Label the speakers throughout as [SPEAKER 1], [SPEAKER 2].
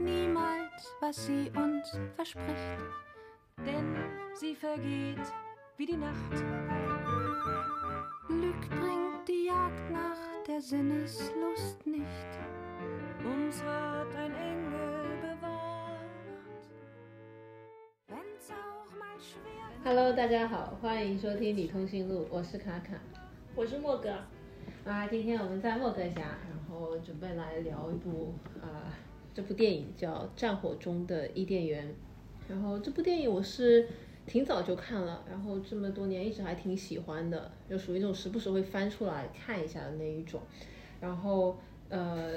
[SPEAKER 1] niemals, was sie uns verspricht, denn sie vergeht wie die Nacht. Glück bringt die Jagd nach der Sinneslust nicht. Uns hat ein Engel bewacht. Wenn's auch mal schwer
[SPEAKER 2] Hello，大家好，欢迎收听《理通讯录》，我是卡卡。
[SPEAKER 3] 我是莫哥，
[SPEAKER 2] 啊，今天我们在莫格峡，然后准备来聊一部啊、这部电影叫《战火中的伊甸园》。然后这部电影我是挺早就看了，然后这么多年一直还挺喜欢的，就属于一种时不时会翻出来看一下的那一种。然后呃，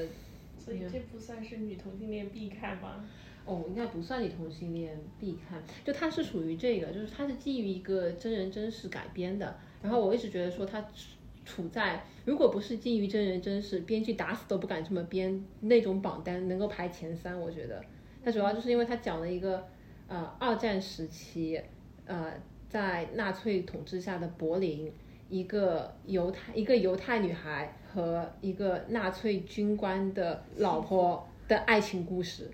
[SPEAKER 3] 所以这部算是女同性恋必看吗？
[SPEAKER 2] 哦，应该不算你同性恋必看，就它是属于这个，就是它是基于一个真人真事改编的。然后我一直觉得说它处处在，如果不是基于真人真事，编剧打死都不敢这么编那种榜单能够排前三，我觉得。它主要就是因为它讲了一个呃二战时期呃在纳粹统治下的柏林。一个犹太一个犹太女孩和一个纳粹军官的老婆的爱情故事，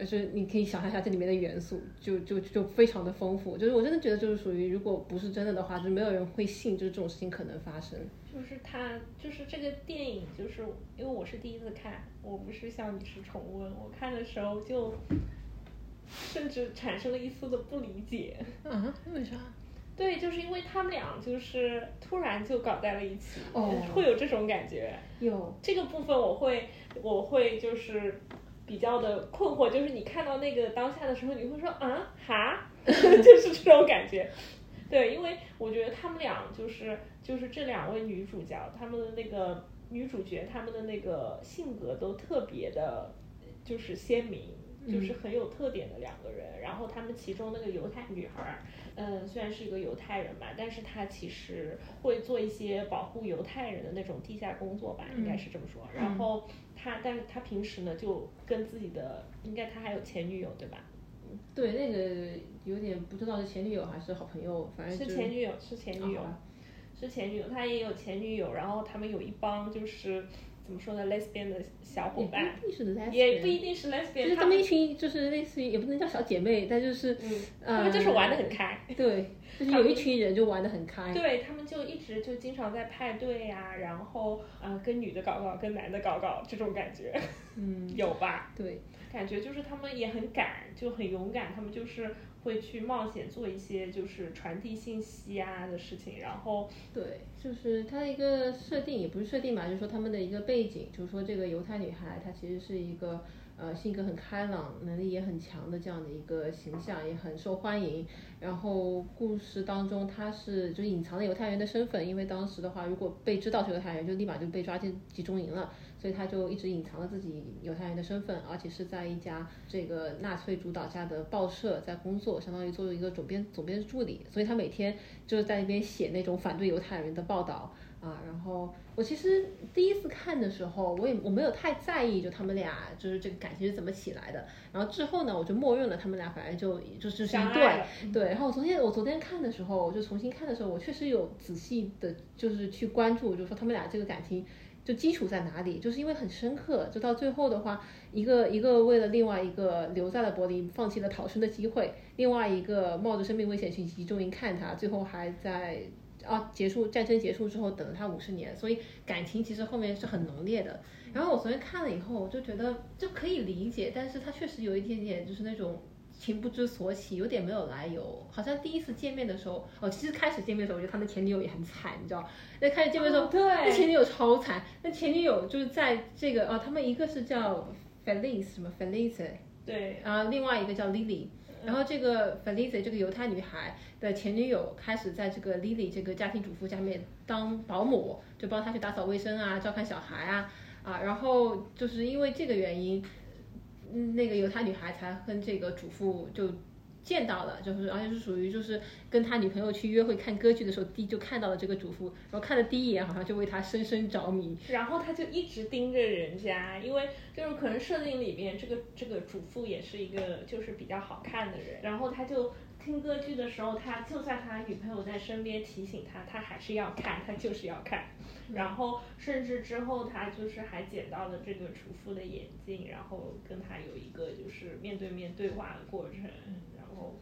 [SPEAKER 2] 就是你可以想象一下这里面的元素，就就就非常的丰富。就是我真的觉得就是属于，如果不是真的的话，就是没有人会信，就是这种事情可能发生。
[SPEAKER 3] 就是它，就是这个电影，就是因为我是第一次看，我不是像你是重温，我看的时候就甚至产生了一丝的不理解。
[SPEAKER 2] 啊？为啥？
[SPEAKER 3] 对，就是因为他们俩就是突然就搞在了一起，
[SPEAKER 2] 哦
[SPEAKER 3] 会有这种感觉。
[SPEAKER 2] 有
[SPEAKER 3] 这个部分我会，我会就是比较的困惑，就是你看到那个当下的时候，你会说啊哈， 就是这种感觉。对，因为我觉得他们俩就是就是这两位女主角，她们的那个女主角，她们的那个性格都特别的，就是鲜明，就是很有特点的两个人。然后她们其中那个犹太女孩儿，嗯，虽然是一个犹太人吧，但是她其实会做一些保护犹太人的那种地下工作吧，应该是这么说。然后她，但是她平时呢，就跟自己的，应该她还有前女友对吧？
[SPEAKER 2] 对那个有点不知道是前女友还是好朋友，反正就是
[SPEAKER 3] 前女友，是前女友，
[SPEAKER 2] 啊
[SPEAKER 3] 是前女友，他也有前女友，然后他们有一帮就是怎么说呢，lesbian 的小伙伴，
[SPEAKER 2] 也不一定哎是 lesbian 就是
[SPEAKER 3] 也不一定是 lesbian，
[SPEAKER 2] 他
[SPEAKER 3] 他
[SPEAKER 2] 们
[SPEAKER 3] 们
[SPEAKER 2] 一群呃就是类似于也不能叫小姐妹，但就是、
[SPEAKER 3] 嗯他们就是玩的很开。
[SPEAKER 2] 对，就是有一群人就玩的很开。
[SPEAKER 3] 对他们就一直就经常在派对呀、然后呃跟女的搞搞，跟男的搞搞这种感觉，嗯， 有吧？
[SPEAKER 2] 对，
[SPEAKER 3] 感觉就是他们也很敢，就很勇敢，他们就是会去冒险做一些就是传递信息啊的事情，然后
[SPEAKER 2] 对，就是它的一个设定，也不是设定吧，就是说他们的一个背景，就是说这个犹太女孩她其实是一个呃性格很开朗、能力也很强的这样的一个形象，也很受欢迎。然后故事当中她是就隐藏了犹太人的身份，因为当时的话，如果被知道是犹太人，就立马就被抓进集中营了，所以她就一直隐藏了自己犹太人的身份，而且是在一家这个纳粹主导下的报社在工作，相当于做一个总编总编助理，所以她每天就是在那边写那种反对犹太人的报道啊。然后我其实第一次看的时候，我也我没有太在意，就他们俩就是这个感情是怎么起来的。然后之后呢，我就默认了他们俩反正就就就是
[SPEAKER 3] 相
[SPEAKER 2] 一
[SPEAKER 3] 爱
[SPEAKER 2] 对
[SPEAKER 3] 了，
[SPEAKER 2] 对，然后我昨天我昨天看的时候，我就重新看的时候，我确实有仔细的，就是去关注，就是说他们俩这个感情就基础在哪里，就是因为很深刻，就到最后的话，一个一个为了另外一个留在了柏林，放弃了逃生的机会，另外一个冒着生命危险去集中营看他，最后还在。啊，结束战争结束之后，等了他五十年，所以感情其实后面是很浓烈的。然后我昨天看了以后，我就觉得就可以理解，但是他确实有一点点就是那种情不知所起，有点没有来由。好像第一次见面的时候，哦，其实开始见面的时候，我觉得他的前女友也很惨，你知道？那开始见面的时候，
[SPEAKER 3] 哦对
[SPEAKER 2] 那前女友超惨。那前女友就是在这个哦，他们一个是叫 Felice 什么 Felice，
[SPEAKER 3] 对，
[SPEAKER 2] 然后另外一个叫 Lily。然后这个 Felice 这个犹太女孩的前女友开始在这个 Lily 这个家庭主妇下面当保姆，就帮她去打扫卫生啊，照看小孩啊啊。然后就是因为这个原因，嗯那个犹太女孩才跟这个主妇就。见到了，就是而且是属于就是跟他女朋友去约会看歌剧的时候，第一就看到了这个主妇，然后看了第一眼，好像就为他深深着迷。
[SPEAKER 3] 然后他就一直盯着人家，因为就是可能设定里边这个这个主妇也是一个就是比较好看的人，然后他就听歌剧的时候，他就算他女朋友在身边提醒他，他还是要看，他就是要看，然后甚至之后他就是还捡到了这个主妇的眼镜，然后跟他有一个就是面对面对话的过程，然后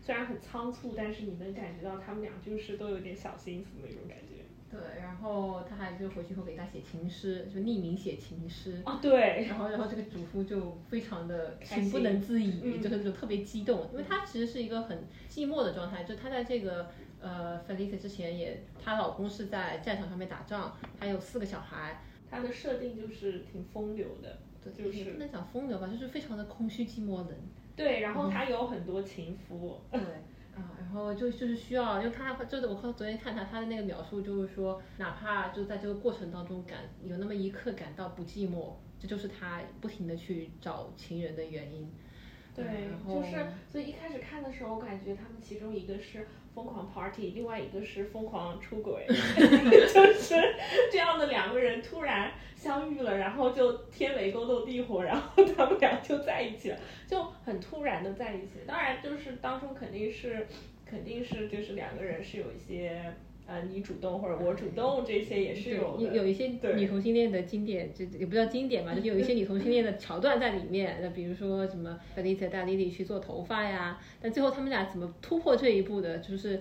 [SPEAKER 3] 虽然很仓促，但是你能感觉到他们俩就是都有点小心思那种感觉。
[SPEAKER 2] 对，然后他还就回去后给他写情诗，就匿名写情诗。
[SPEAKER 3] 啊，对，
[SPEAKER 2] 然后，然后这个主妇就非常的
[SPEAKER 3] 开
[SPEAKER 2] 情不
[SPEAKER 3] 心
[SPEAKER 2] 能自已，
[SPEAKER 3] 嗯
[SPEAKER 2] 就是就特别激动，因为她其实是一个很寂寞的状态。就她在这个呃 Felicia 之前也，她老公是在战场上面打仗，还有四个小孩，
[SPEAKER 3] 它的设定就是挺风流的，就
[SPEAKER 2] 也不
[SPEAKER 3] 是
[SPEAKER 2] 能讲风流吧，就是非常的空虚寂寞 冷。
[SPEAKER 3] 对，然后他有很多情夫，
[SPEAKER 2] 对。啊，然后就就是需要，因为他就是我看昨天看他他的那个描述，就是说，哪怕就在这个过程当中感有那么一刻感到不寂寞，这就是他不停的去找情人的原因。
[SPEAKER 3] 对
[SPEAKER 2] 嗯然，后
[SPEAKER 3] 就是所以一开始看的时候，我感觉他们其中一个是疯狂 party，另外一个是疯狂出 轨，就是这样的两个人突然相遇了，然后就天雷勾动地火，然后他们俩就在一起了，就很突然的在一起。当然，就是当中肯定是肯定是就是两个人是有一些。呃，你主动或者我主动，这些也是
[SPEAKER 2] 对
[SPEAKER 3] 有
[SPEAKER 2] 有
[SPEAKER 3] 的。
[SPEAKER 2] 有一些
[SPEAKER 3] 对
[SPEAKER 2] 女同性恋的经典，就也不叫经典吧，就是有一些女同性恋的桥段在里面。那比如说什么 Felicia 带 Lily 去做头发呀，但最后他们俩怎么突破这一步的？就是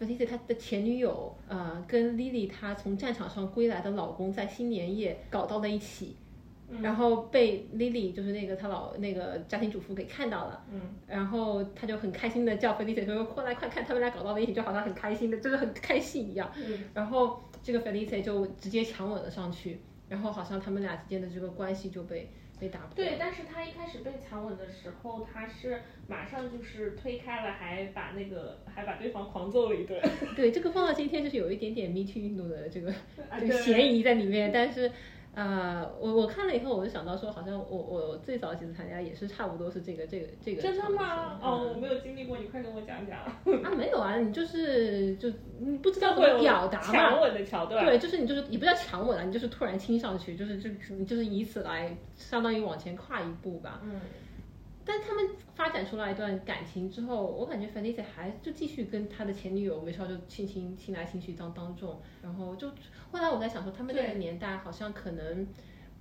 [SPEAKER 2] Felicia 她的前女友呃跟 Lily 她从战场上归来的老公在新年夜搞到了一起。
[SPEAKER 3] 嗯
[SPEAKER 2] 然后被 Lily 就是那个她老那个家庭主妇给看到了，
[SPEAKER 3] 嗯，
[SPEAKER 2] 然后她就很开心的叫 Felicia 说过来快看他们俩搞到了一起，就好像很开心的，就是很开心一样。
[SPEAKER 3] 嗯
[SPEAKER 2] 然后这个 Felice 就直接强吻了上去，然后好像他们俩之间的这个关系就被被打破。
[SPEAKER 3] 对，，但是他一开始被强吻的时候，他是马上就是推开了，还把那个还把对方狂揍了一顿，
[SPEAKER 2] 对，这个放到今天就是有一点点 Me Too 运动的这个
[SPEAKER 3] 啊
[SPEAKER 2] 这个嫌疑在里面，但是。啊、我我看了以后，我就想到说，好像我我最早几次谈恋爱也是差不多是这个这个这个场
[SPEAKER 3] 真
[SPEAKER 2] 景。
[SPEAKER 3] 的吗？哦，我
[SPEAKER 2] 嗯
[SPEAKER 3] 没有经历过，你快跟我讲讲。
[SPEAKER 2] 啊，没有啊，你就是就你不知道
[SPEAKER 3] 教
[SPEAKER 2] 怎
[SPEAKER 3] 会
[SPEAKER 2] 么
[SPEAKER 3] 我
[SPEAKER 2] 表达嘛，
[SPEAKER 3] 强吻的桥段。
[SPEAKER 2] 对，就是你就是也不叫强吻啊，你就是突然亲上去，就是就你就是以此来相当于往前跨一步吧。
[SPEAKER 3] 嗯，
[SPEAKER 2] 但他们发展出来一段感情之后，我感觉 Felicia 还就继续跟他的前女友梅少就亲亲亲来亲去当当众，然后就后来我在想说，他们那个
[SPEAKER 3] 对
[SPEAKER 2] 年代好像可能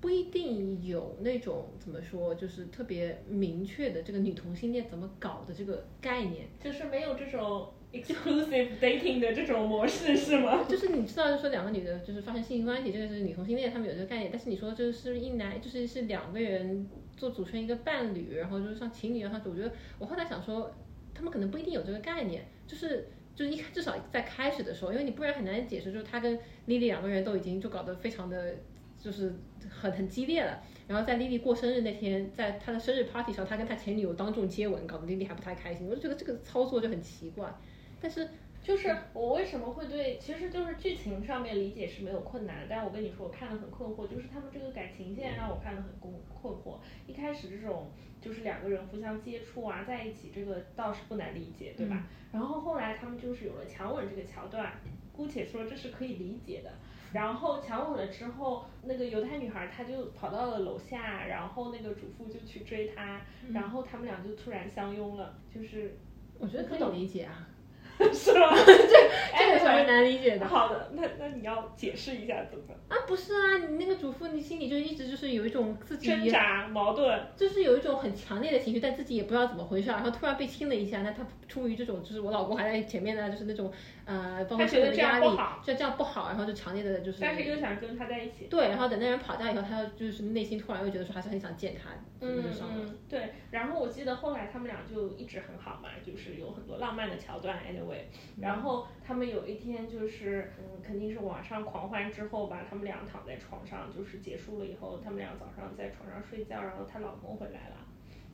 [SPEAKER 2] 不一定有那种怎么说，就是特别明确的这个女同性恋怎么搞的这个概念。
[SPEAKER 3] 就是没有这种 exclusive dating 的这种模式是吗？
[SPEAKER 2] 就是你知道，就是说两个女的，就是发生性关系，这个是女同性恋，他们有这个概念。但是你说就是一男，就是是两个人做组成一个伴侣，然后就是像情侣一样相处。我觉得我后来想说，他们可能不一定有这个概念，就是就是一开至少在开始的时候，因为你不然很难解释，就是他跟 Lily 两个人都已经就搞得非常的就是很很激烈了。然后在 Lily 过生日那天，在她的生日 party 上，他跟他前女友当众接吻，搞得 Lily 还不太开心。我就觉得这个操作就很奇怪，但是。
[SPEAKER 3] 就是我为什么会对，其实就是剧情上面理解是没有困难的，但我跟你说，我看得很困惑，就是他们这个感情线让我看得很困困惑。一开始这种就是两个人互相接触啊，在一起这个倒是不难理解，对吧？然后后来他们就是有了强吻这个桥段，姑且说这是可以理解的。然后强吻了之后，那个犹太女孩她就跑到了楼下，然后那个主妇就去追她，然后他们俩就突然相拥了，就是
[SPEAKER 2] 我觉得可以理解啊，
[SPEAKER 3] 是吧？ 这
[SPEAKER 2] 这有什么难理解的？
[SPEAKER 3] 好的，那那你要解释一下怎么
[SPEAKER 2] 啊，不是啊，你那个主妇，你心里就一直就是有一种自己
[SPEAKER 3] 挣扎矛盾？
[SPEAKER 2] 就是有一种很强烈的情绪，但自己也不知道怎么回事儿，然后突然被亲了一下，那她出于这种就是我老公还在前面呢，就是那种呃，包括
[SPEAKER 3] 她觉得
[SPEAKER 2] 社会的
[SPEAKER 3] 这样
[SPEAKER 2] 压
[SPEAKER 3] 不
[SPEAKER 2] 力
[SPEAKER 3] 好，
[SPEAKER 2] 就这样不好，然后就强烈的就是
[SPEAKER 3] 但是又想跟他在一起。
[SPEAKER 2] 对，然后等那人跑掉以后，她就是内心突然又觉得说还是很想见他，
[SPEAKER 3] 嗯
[SPEAKER 2] 就是上了。
[SPEAKER 3] 嗯，对。然后我记得后来他们俩就一直很好嘛，就是有很多浪漫的桥段。Anyway，然
[SPEAKER 2] 嗯
[SPEAKER 3] 后他们有一天就是，嗯，肯定是晚上狂欢之后吧，他们俩躺在床上，就是结束了以后，他们俩早上在床上睡觉，然后她老公回来了。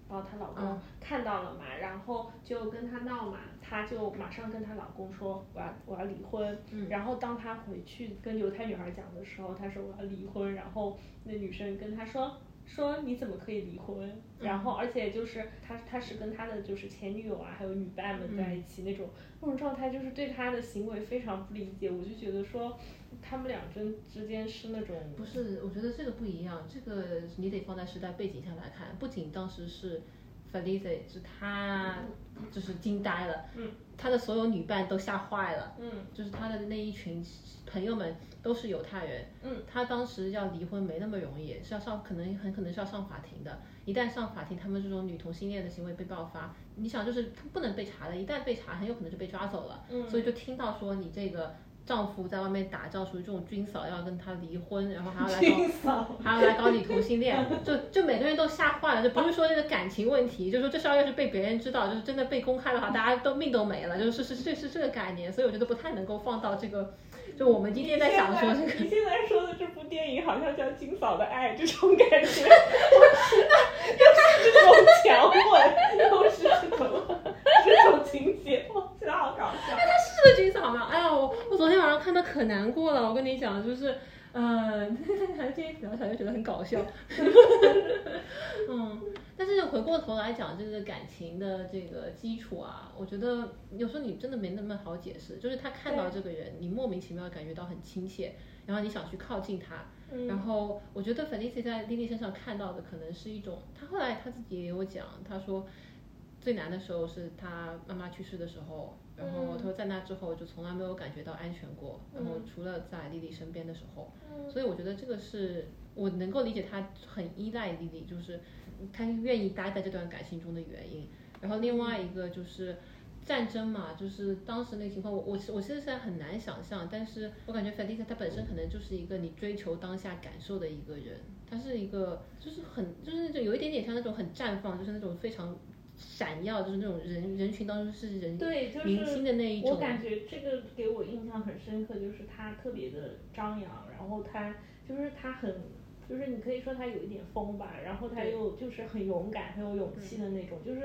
[SPEAKER 3] 然后她老公
[SPEAKER 2] 嗯
[SPEAKER 3] 看到了嘛，然后就跟她闹嘛，她就马上跟她老公说我要我要离婚。
[SPEAKER 2] 嗯
[SPEAKER 3] 然后当她回去跟犹太女孩讲的时候，她说我要离婚，然后那女生跟她说说你怎么可以离婚？然
[SPEAKER 2] 嗯
[SPEAKER 3] 后，而且就是他，他是跟他的就是前女友啊，还有女伴们在
[SPEAKER 2] 嗯
[SPEAKER 3] 一起那种、那种状态，就是对他的行为非常不理解。我就觉得说，他们俩真之间是那种
[SPEAKER 2] 不是，我觉得这个不一样，这个你得放在时代背景下来看。不仅当时是 Felice，是他就是惊呆了，
[SPEAKER 3] 嗯，
[SPEAKER 2] 他的所有女伴都吓坏了，
[SPEAKER 3] 嗯
[SPEAKER 2] 就是他的那一群朋友们都是犹太人，
[SPEAKER 3] 嗯，
[SPEAKER 2] 他当时要离婚没那么容易，是要上可能很可能是要上法庭的。一旦上法庭，他们这种女同性恋的行为被爆发，你想就是他不能被查的，一旦被查，很有可能就被抓走了。
[SPEAKER 3] 嗯
[SPEAKER 2] 所以就听到说你这个丈夫在外面打造出这种军嫂要跟他离婚，然后还要 来搞
[SPEAKER 3] 清扫。
[SPEAKER 2] 还要来搞你同性恋，就就每个人都吓坏了，就不是说这个感情问题，就是说这事儿要是被别人知道，就是真的被公开的话，大家都命都没了，就是是这是这个概念，所以我觉得不太能够放到这个，就我们今天在想说这个。
[SPEAKER 3] 你现在说的这部电影好像叫《金嫂的爱》这种感觉，又 是这种强吻，又是这种这种情节，我觉得好搞笑。
[SPEAKER 2] 是军嫂吗？哎呀，我我昨天晚上看的可难过了，我跟你讲，就是，呃，还这聊起来就觉得很搞笑。 嗯，但是回过头来讲，这个感情的这个基础啊，我觉得有时候你真的没那么好解释，就是他看到这个人，你莫名其妙地感觉到很亲切，然后你想去靠近他，然后我觉得 Felicia 在莉莉身上看到的可能是一种，她后来她自己也有讲，她说最难的时候是她妈妈去世的时候，然后她说在那之后就从来没有感觉到安全过，然后除了在莉莉身边的时候，所以我觉得这个是我能够理解她很依赖莉莉，就是她愿意待在这段感情中的原因。然后另外一个就是。战争嘛，就是当时那个情况，我我我现在很难想象，但是我感觉 Felicia 她本身可能就是一个你追求当下感受的一个人，她是一个就是很就是那种有一点点像那种很绽放，就是那种非常闪耀，就是那种人人群当中是人
[SPEAKER 3] 对，就是
[SPEAKER 2] 明星的那一
[SPEAKER 3] 我
[SPEAKER 2] 种，
[SPEAKER 3] 感觉这个给我印象很深刻，就是他特别的张扬，然后他就是他很，就是你可以说他有一点疯吧，然后他又就是很勇敢、很有勇气
[SPEAKER 2] 嗯
[SPEAKER 3] 的那种，就是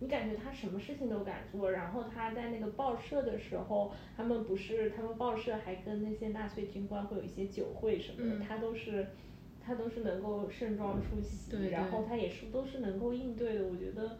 [SPEAKER 3] 你感觉他什么事情都敢做。然后他在那个报社的时候，他们不是他们报社还跟那些纳粹军官会有一些酒会什么的，
[SPEAKER 2] 嗯
[SPEAKER 3] 他都是。他都是能够盛装出席，
[SPEAKER 2] 对对
[SPEAKER 3] 然后他也是都是能够应对的。我觉得，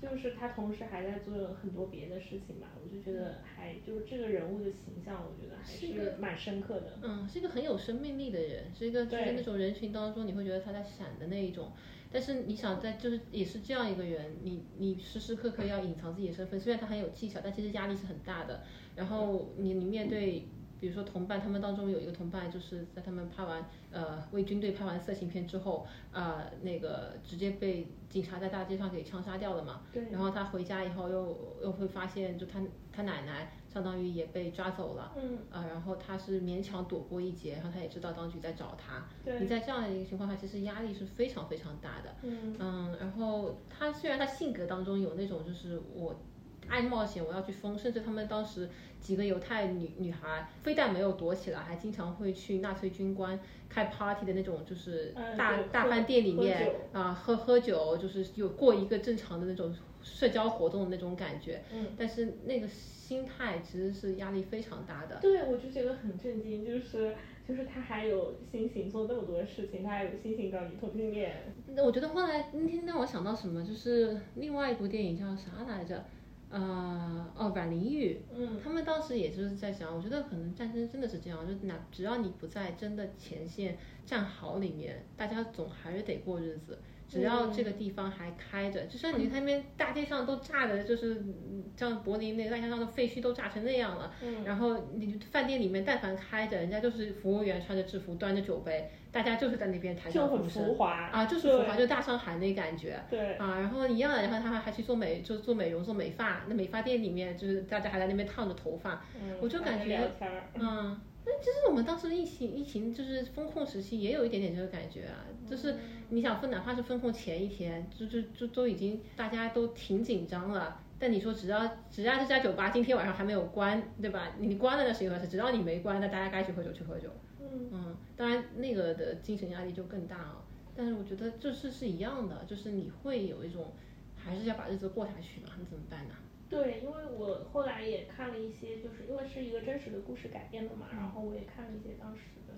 [SPEAKER 3] 就是他同时还在做很多别的事情吧，我就觉得还就是这个人物的形象，我觉得还
[SPEAKER 2] 嗯是一个
[SPEAKER 3] 是蛮深刻的。
[SPEAKER 2] 嗯，是一个很有生命力的人，是一个就是
[SPEAKER 3] 对
[SPEAKER 2] 那种人群当中你会觉得他在闪的那一种。但是你想在就是也是这样一个人，你你时时刻刻要隐藏自己的身份，虽然他很有技巧，但其实压力是很大的。然后你你面对，比如说同伴，他们当中有一个同伴就是在他们拍完呃为军队拍完色情片之后，呃那个直接被警察在大街上给枪杀掉了嘛。
[SPEAKER 3] 对，
[SPEAKER 2] 然后他回家以后又又会发现，就他他奶奶相当于也被抓走了。
[SPEAKER 3] 嗯，
[SPEAKER 2] 啊，然后他是勉强躲过一劫，然后他也知道当局在找他。你
[SPEAKER 3] 对，
[SPEAKER 2] 在这样的一个情况下，其实压力是非常非常大的。
[SPEAKER 3] 嗯，
[SPEAKER 2] 嗯，然后他虽然他性格当中有那种就是我爱冒险，我要去疯，甚至他们当时几个犹太女女孩非但没有躲起来，还经常会去纳粹军官开 party 的那种，就是
[SPEAKER 3] 嗯
[SPEAKER 2] 大、
[SPEAKER 3] 对
[SPEAKER 2] 大
[SPEAKER 3] 喝
[SPEAKER 2] 饭店里
[SPEAKER 3] 喝
[SPEAKER 2] 面
[SPEAKER 3] 酒
[SPEAKER 2] 啊喝喝酒，就是有过一个正常的那种社交活动的那种感觉。
[SPEAKER 3] 嗯，
[SPEAKER 2] 但是那个心态其实是压力非常大的。
[SPEAKER 3] 对，我就觉得很震惊，就是就是他还有心情做那么多事情，他还有心情搞女同性恋。
[SPEAKER 2] 那我觉得后来那天让我想到什么，就是另外一部电影叫啥来着？呃，哦，阮玲玉，
[SPEAKER 3] 嗯
[SPEAKER 2] 他们当时也就是在讲，我觉得可能战争真的是这样，就是哪只要你不在真的前线战壕里面，大家总还是得过日子。只要
[SPEAKER 3] 嗯
[SPEAKER 2] 这个地方还开着，就像你看那边大街上都炸的，就是嗯像柏林那个大街上的废墟都炸成那样了。
[SPEAKER 3] 嗯
[SPEAKER 2] 然后你饭店里面但凡开着，人家就是服务员穿着制服端着酒杯，大家就是在那边抬
[SPEAKER 3] 就
[SPEAKER 2] 杠
[SPEAKER 3] 很
[SPEAKER 2] 风生。
[SPEAKER 3] 浮华
[SPEAKER 2] 啊，就是浮华，就是大上海那感觉
[SPEAKER 3] 对，
[SPEAKER 2] 啊。然后一样的，然后他还还去做美，就是做美容、做美发。那美发店里面就是大家还在那边烫着头发，
[SPEAKER 3] 嗯
[SPEAKER 2] 我就感
[SPEAKER 3] 还能
[SPEAKER 2] 觉
[SPEAKER 3] 聊天儿，
[SPEAKER 2] 嗯。那其实我们当时疫情疫情就是风控时期也有一点点这个感觉啊，就是
[SPEAKER 3] 嗯
[SPEAKER 2] 你想分，哪怕是风控前一天，就就就都已经大家都挺紧张了。但你说只要只要这家酒吧今天晚上还没有关，对吧？你关了那是一回事，只要你没关，那大家该去喝酒去喝酒。
[SPEAKER 3] 嗯
[SPEAKER 2] 嗯，当然那个的精神压力就更大了。但是我觉得这是是一样的，就是你会有一种还是要把日子过下去嘛，你怎么办呢？
[SPEAKER 3] 对，因为我后来也看了一些，就是因为是一个真实的故事改编的嘛，然后我也看了一些当时的。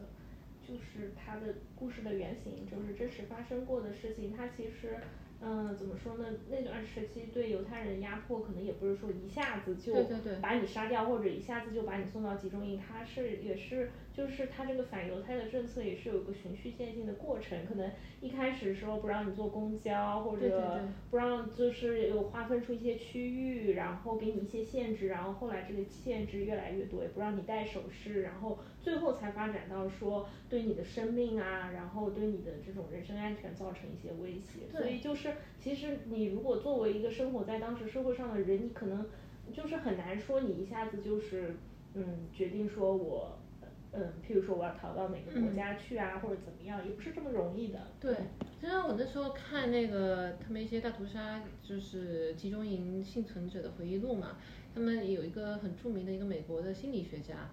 [SPEAKER 3] 就是它的故事的原型就是真实发生过的事情，它其实。嗯，怎么说呢？那段时期对犹太人压迫，可能也不是说一下子就
[SPEAKER 2] 对对对
[SPEAKER 3] 把你杀掉，或者一下子就把你送到集中营。它是也是，就是它这个反犹太的政策也是有一个循序渐进的过程。可能一开始的时候不让你坐公交，或
[SPEAKER 2] 对对
[SPEAKER 3] 者
[SPEAKER 2] 对
[SPEAKER 3] 不让就是有划分出一些区域，然后给你一些限制，然后后来这个限制越来越多，也不让你戴首饰，然后最后才发展到说对你的生命啊，然后对你的这种人身安全造成一些威胁。所以就是，其实你如果作为一个生活在当时社会上的人，你可能就是很难说你一下子就是嗯决定说我。嗯，譬如说我要逃到哪个国
[SPEAKER 2] 嗯
[SPEAKER 3] 家去啊，或者怎么样，也不是这么容易的。
[SPEAKER 2] 对，其实我那时候看那个他们一些大屠杀，就是集中营幸存者的回忆录嘛，他们有一个很著名的一个美国的心理学家，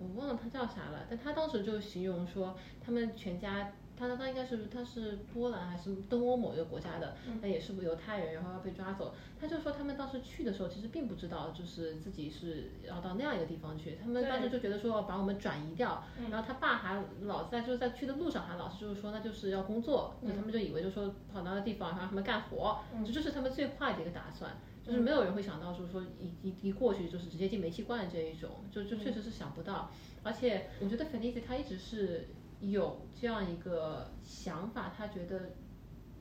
[SPEAKER 2] 我忘了他叫啥了，但他当时就形容说，他们全家，他他应该是他是波兰还是东欧某一个国家的，那也是犹太人，然后要被抓走。他就说他们当时去的时候，其实并不知道就是自己是要到那样一个地方去，他们当时就觉得说把我们转移掉，然后他爸还老在就是在去的路上还老是就是说那就是要工作，就他们就以为就说跑到那个地方然后让他们干活，这就是他们最坏的一个打算。就是没有人会想到，就是说一一一过去就是直接进煤气罐这一种，就就确实是想不到。而且我觉得 f e n i z i 他一直是有这样一个想法，他觉得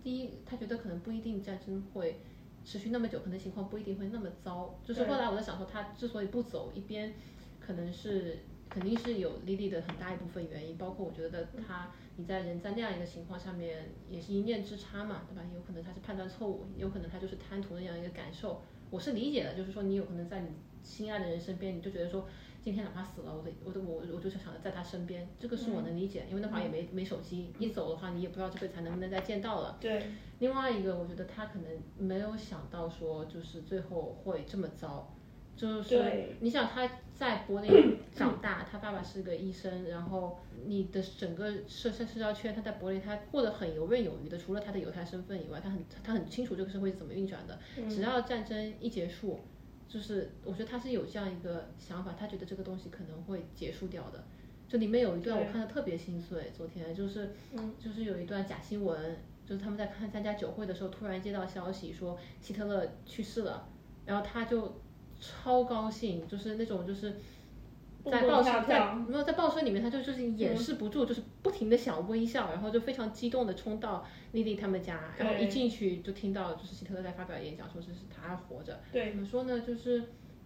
[SPEAKER 2] 第一，他觉得可能不一定战争会持续那么久，可能情况不一定会那么糟。就是后来我在想说，他之所以不走，一边可能是肯定是有 Lily 的很大一部分原因，包括我觉得他你在人在那样一个情况下面也是一念之差嘛，对吧？有可能他是判断错误，有可能他就是贪图那样一个感受。我是理解的，就是说你有可能在你心爱的人身边，你就觉得说今天哪怕死了，我的我的我我就想着在他身边，这个是
[SPEAKER 3] 嗯
[SPEAKER 2] 我能理解，因为那会儿也没没手机，一走的话你也不知道这辈子还能不能再见到了。
[SPEAKER 3] 对，
[SPEAKER 2] 另外一个，我觉得他可能没有想到说，就是最后会这么糟，就是
[SPEAKER 3] 对
[SPEAKER 2] 你想他在柏 林长大，他爸爸是个医生，然后你的整个社社社交圈，他在柏林他过得很游刃有余的，除了他的犹太身份以外，他很他很清楚这个社会是怎么运转的，
[SPEAKER 3] 嗯
[SPEAKER 2] 只要战争一结束。就是我觉得他是有这样一个想法，他觉得这个东西可能会结束掉的。就里面有一段我看的特别心碎，昨天就是，
[SPEAKER 3] 嗯
[SPEAKER 2] 就是有一段假新闻，就是他们在看参加酒会的时候，突然接到消息说希特勒去世了，然后他就超高兴，就是那种就是在
[SPEAKER 3] 蹦蹦
[SPEAKER 2] 报
[SPEAKER 3] 跳
[SPEAKER 2] 社在
[SPEAKER 3] 跳
[SPEAKER 2] 没有在报社里面，他就就是掩饰不住，就是不停的想微笑，然后就非常激动的冲到莉莉他们家，然后一
[SPEAKER 3] 对
[SPEAKER 2] 进去就听到就是希特勒在发表演讲，说这是他还活着。
[SPEAKER 3] 对
[SPEAKER 2] 怎么说呢？就是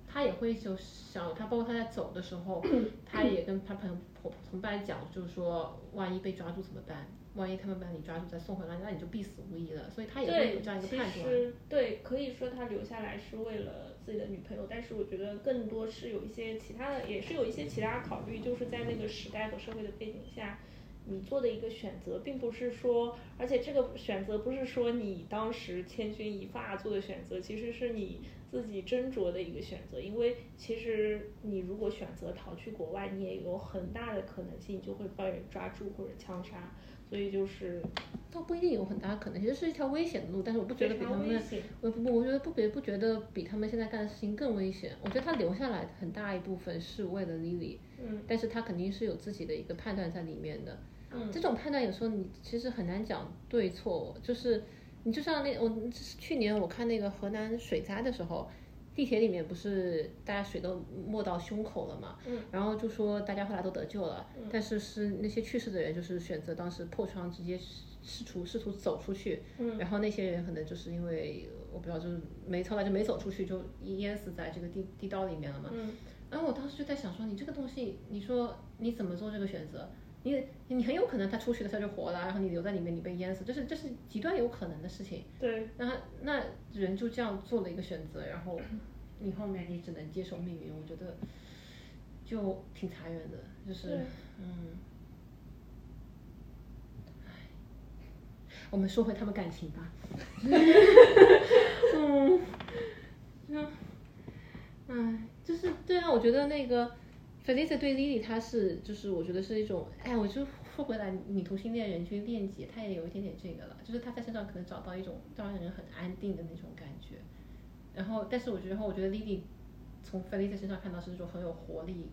[SPEAKER 2] 他也会就想，他包括他在走的时 候，他也跟他朋同同伴讲，就是说万一被抓住怎么办？万一他们把你抓住再送回来，那你就必死无疑了。所以他也会有
[SPEAKER 3] 对，
[SPEAKER 2] 这样一个
[SPEAKER 3] 其
[SPEAKER 2] 判断。
[SPEAKER 3] 实对，可以说他留下来是为了自己的女朋友，但是我觉得更多是有一些其他的，也是有一些其他考虑，就是在那个时代和社会的背景下。你做的一个选择，并不是说，而且这个选择不是说你当时千钧一发做的选择，其实是你自己斟酌的一个选择。因为其实你如果选择逃去国外，你也有很大的可能性就会被人抓住或者枪杀，所以就是
[SPEAKER 2] 倒不一定有很大可能，其实是一条危险的路，但是我不觉得
[SPEAKER 3] 非
[SPEAKER 2] 比
[SPEAKER 3] 常
[SPEAKER 2] 他
[SPEAKER 3] 危
[SPEAKER 2] 们
[SPEAKER 3] 险，
[SPEAKER 2] 我不不，我觉得不比不觉得比他们现在干的事情更危险。我觉得他留下来很大一部分是为了 Lily，
[SPEAKER 3] 嗯，
[SPEAKER 2] 但是他肯定是有自己的一个判断在里面的。
[SPEAKER 3] 嗯
[SPEAKER 2] 这种判断有时候你其实很难讲对错，就是你就像那我去年我看那个河南水灾的时候，地铁里面不是大家水都没到胸口了嘛，嗯，然后就说大家后来都得救了，但是是那些去世的人就是选择当时破窗直接试图试图走出去，嗯，然后那些人可能就是因为我不知道就是没后来就没走出去就淹死在这个地地道里面了嘛，嗯，然后我当时就在想说你这个东西，你说你怎么做这个选择？你你很有可能他出去了他就活了，然后你留在里面你被淹死，这是这是极端有可能的事情。
[SPEAKER 3] 对，
[SPEAKER 2] 那那人就这样做了一个选择，然后你后面你只能接受命运，我觉得就挺残忍的，就是
[SPEAKER 3] 对
[SPEAKER 2] 嗯，唉，我们说回他们感情 吧， 嗯，那唉，就是对啊，我觉得那个 Felicia 对 Lily 她是就是我觉得是一种，哎，我就说回来，女同性恋人去恋姐，她也有一点点这个了，就是她在身上可能找到一种让人很安定的那种感觉。然后，但是我觉得，然后我觉得 Lily 从 Felicia 身上看到是那种很有活力，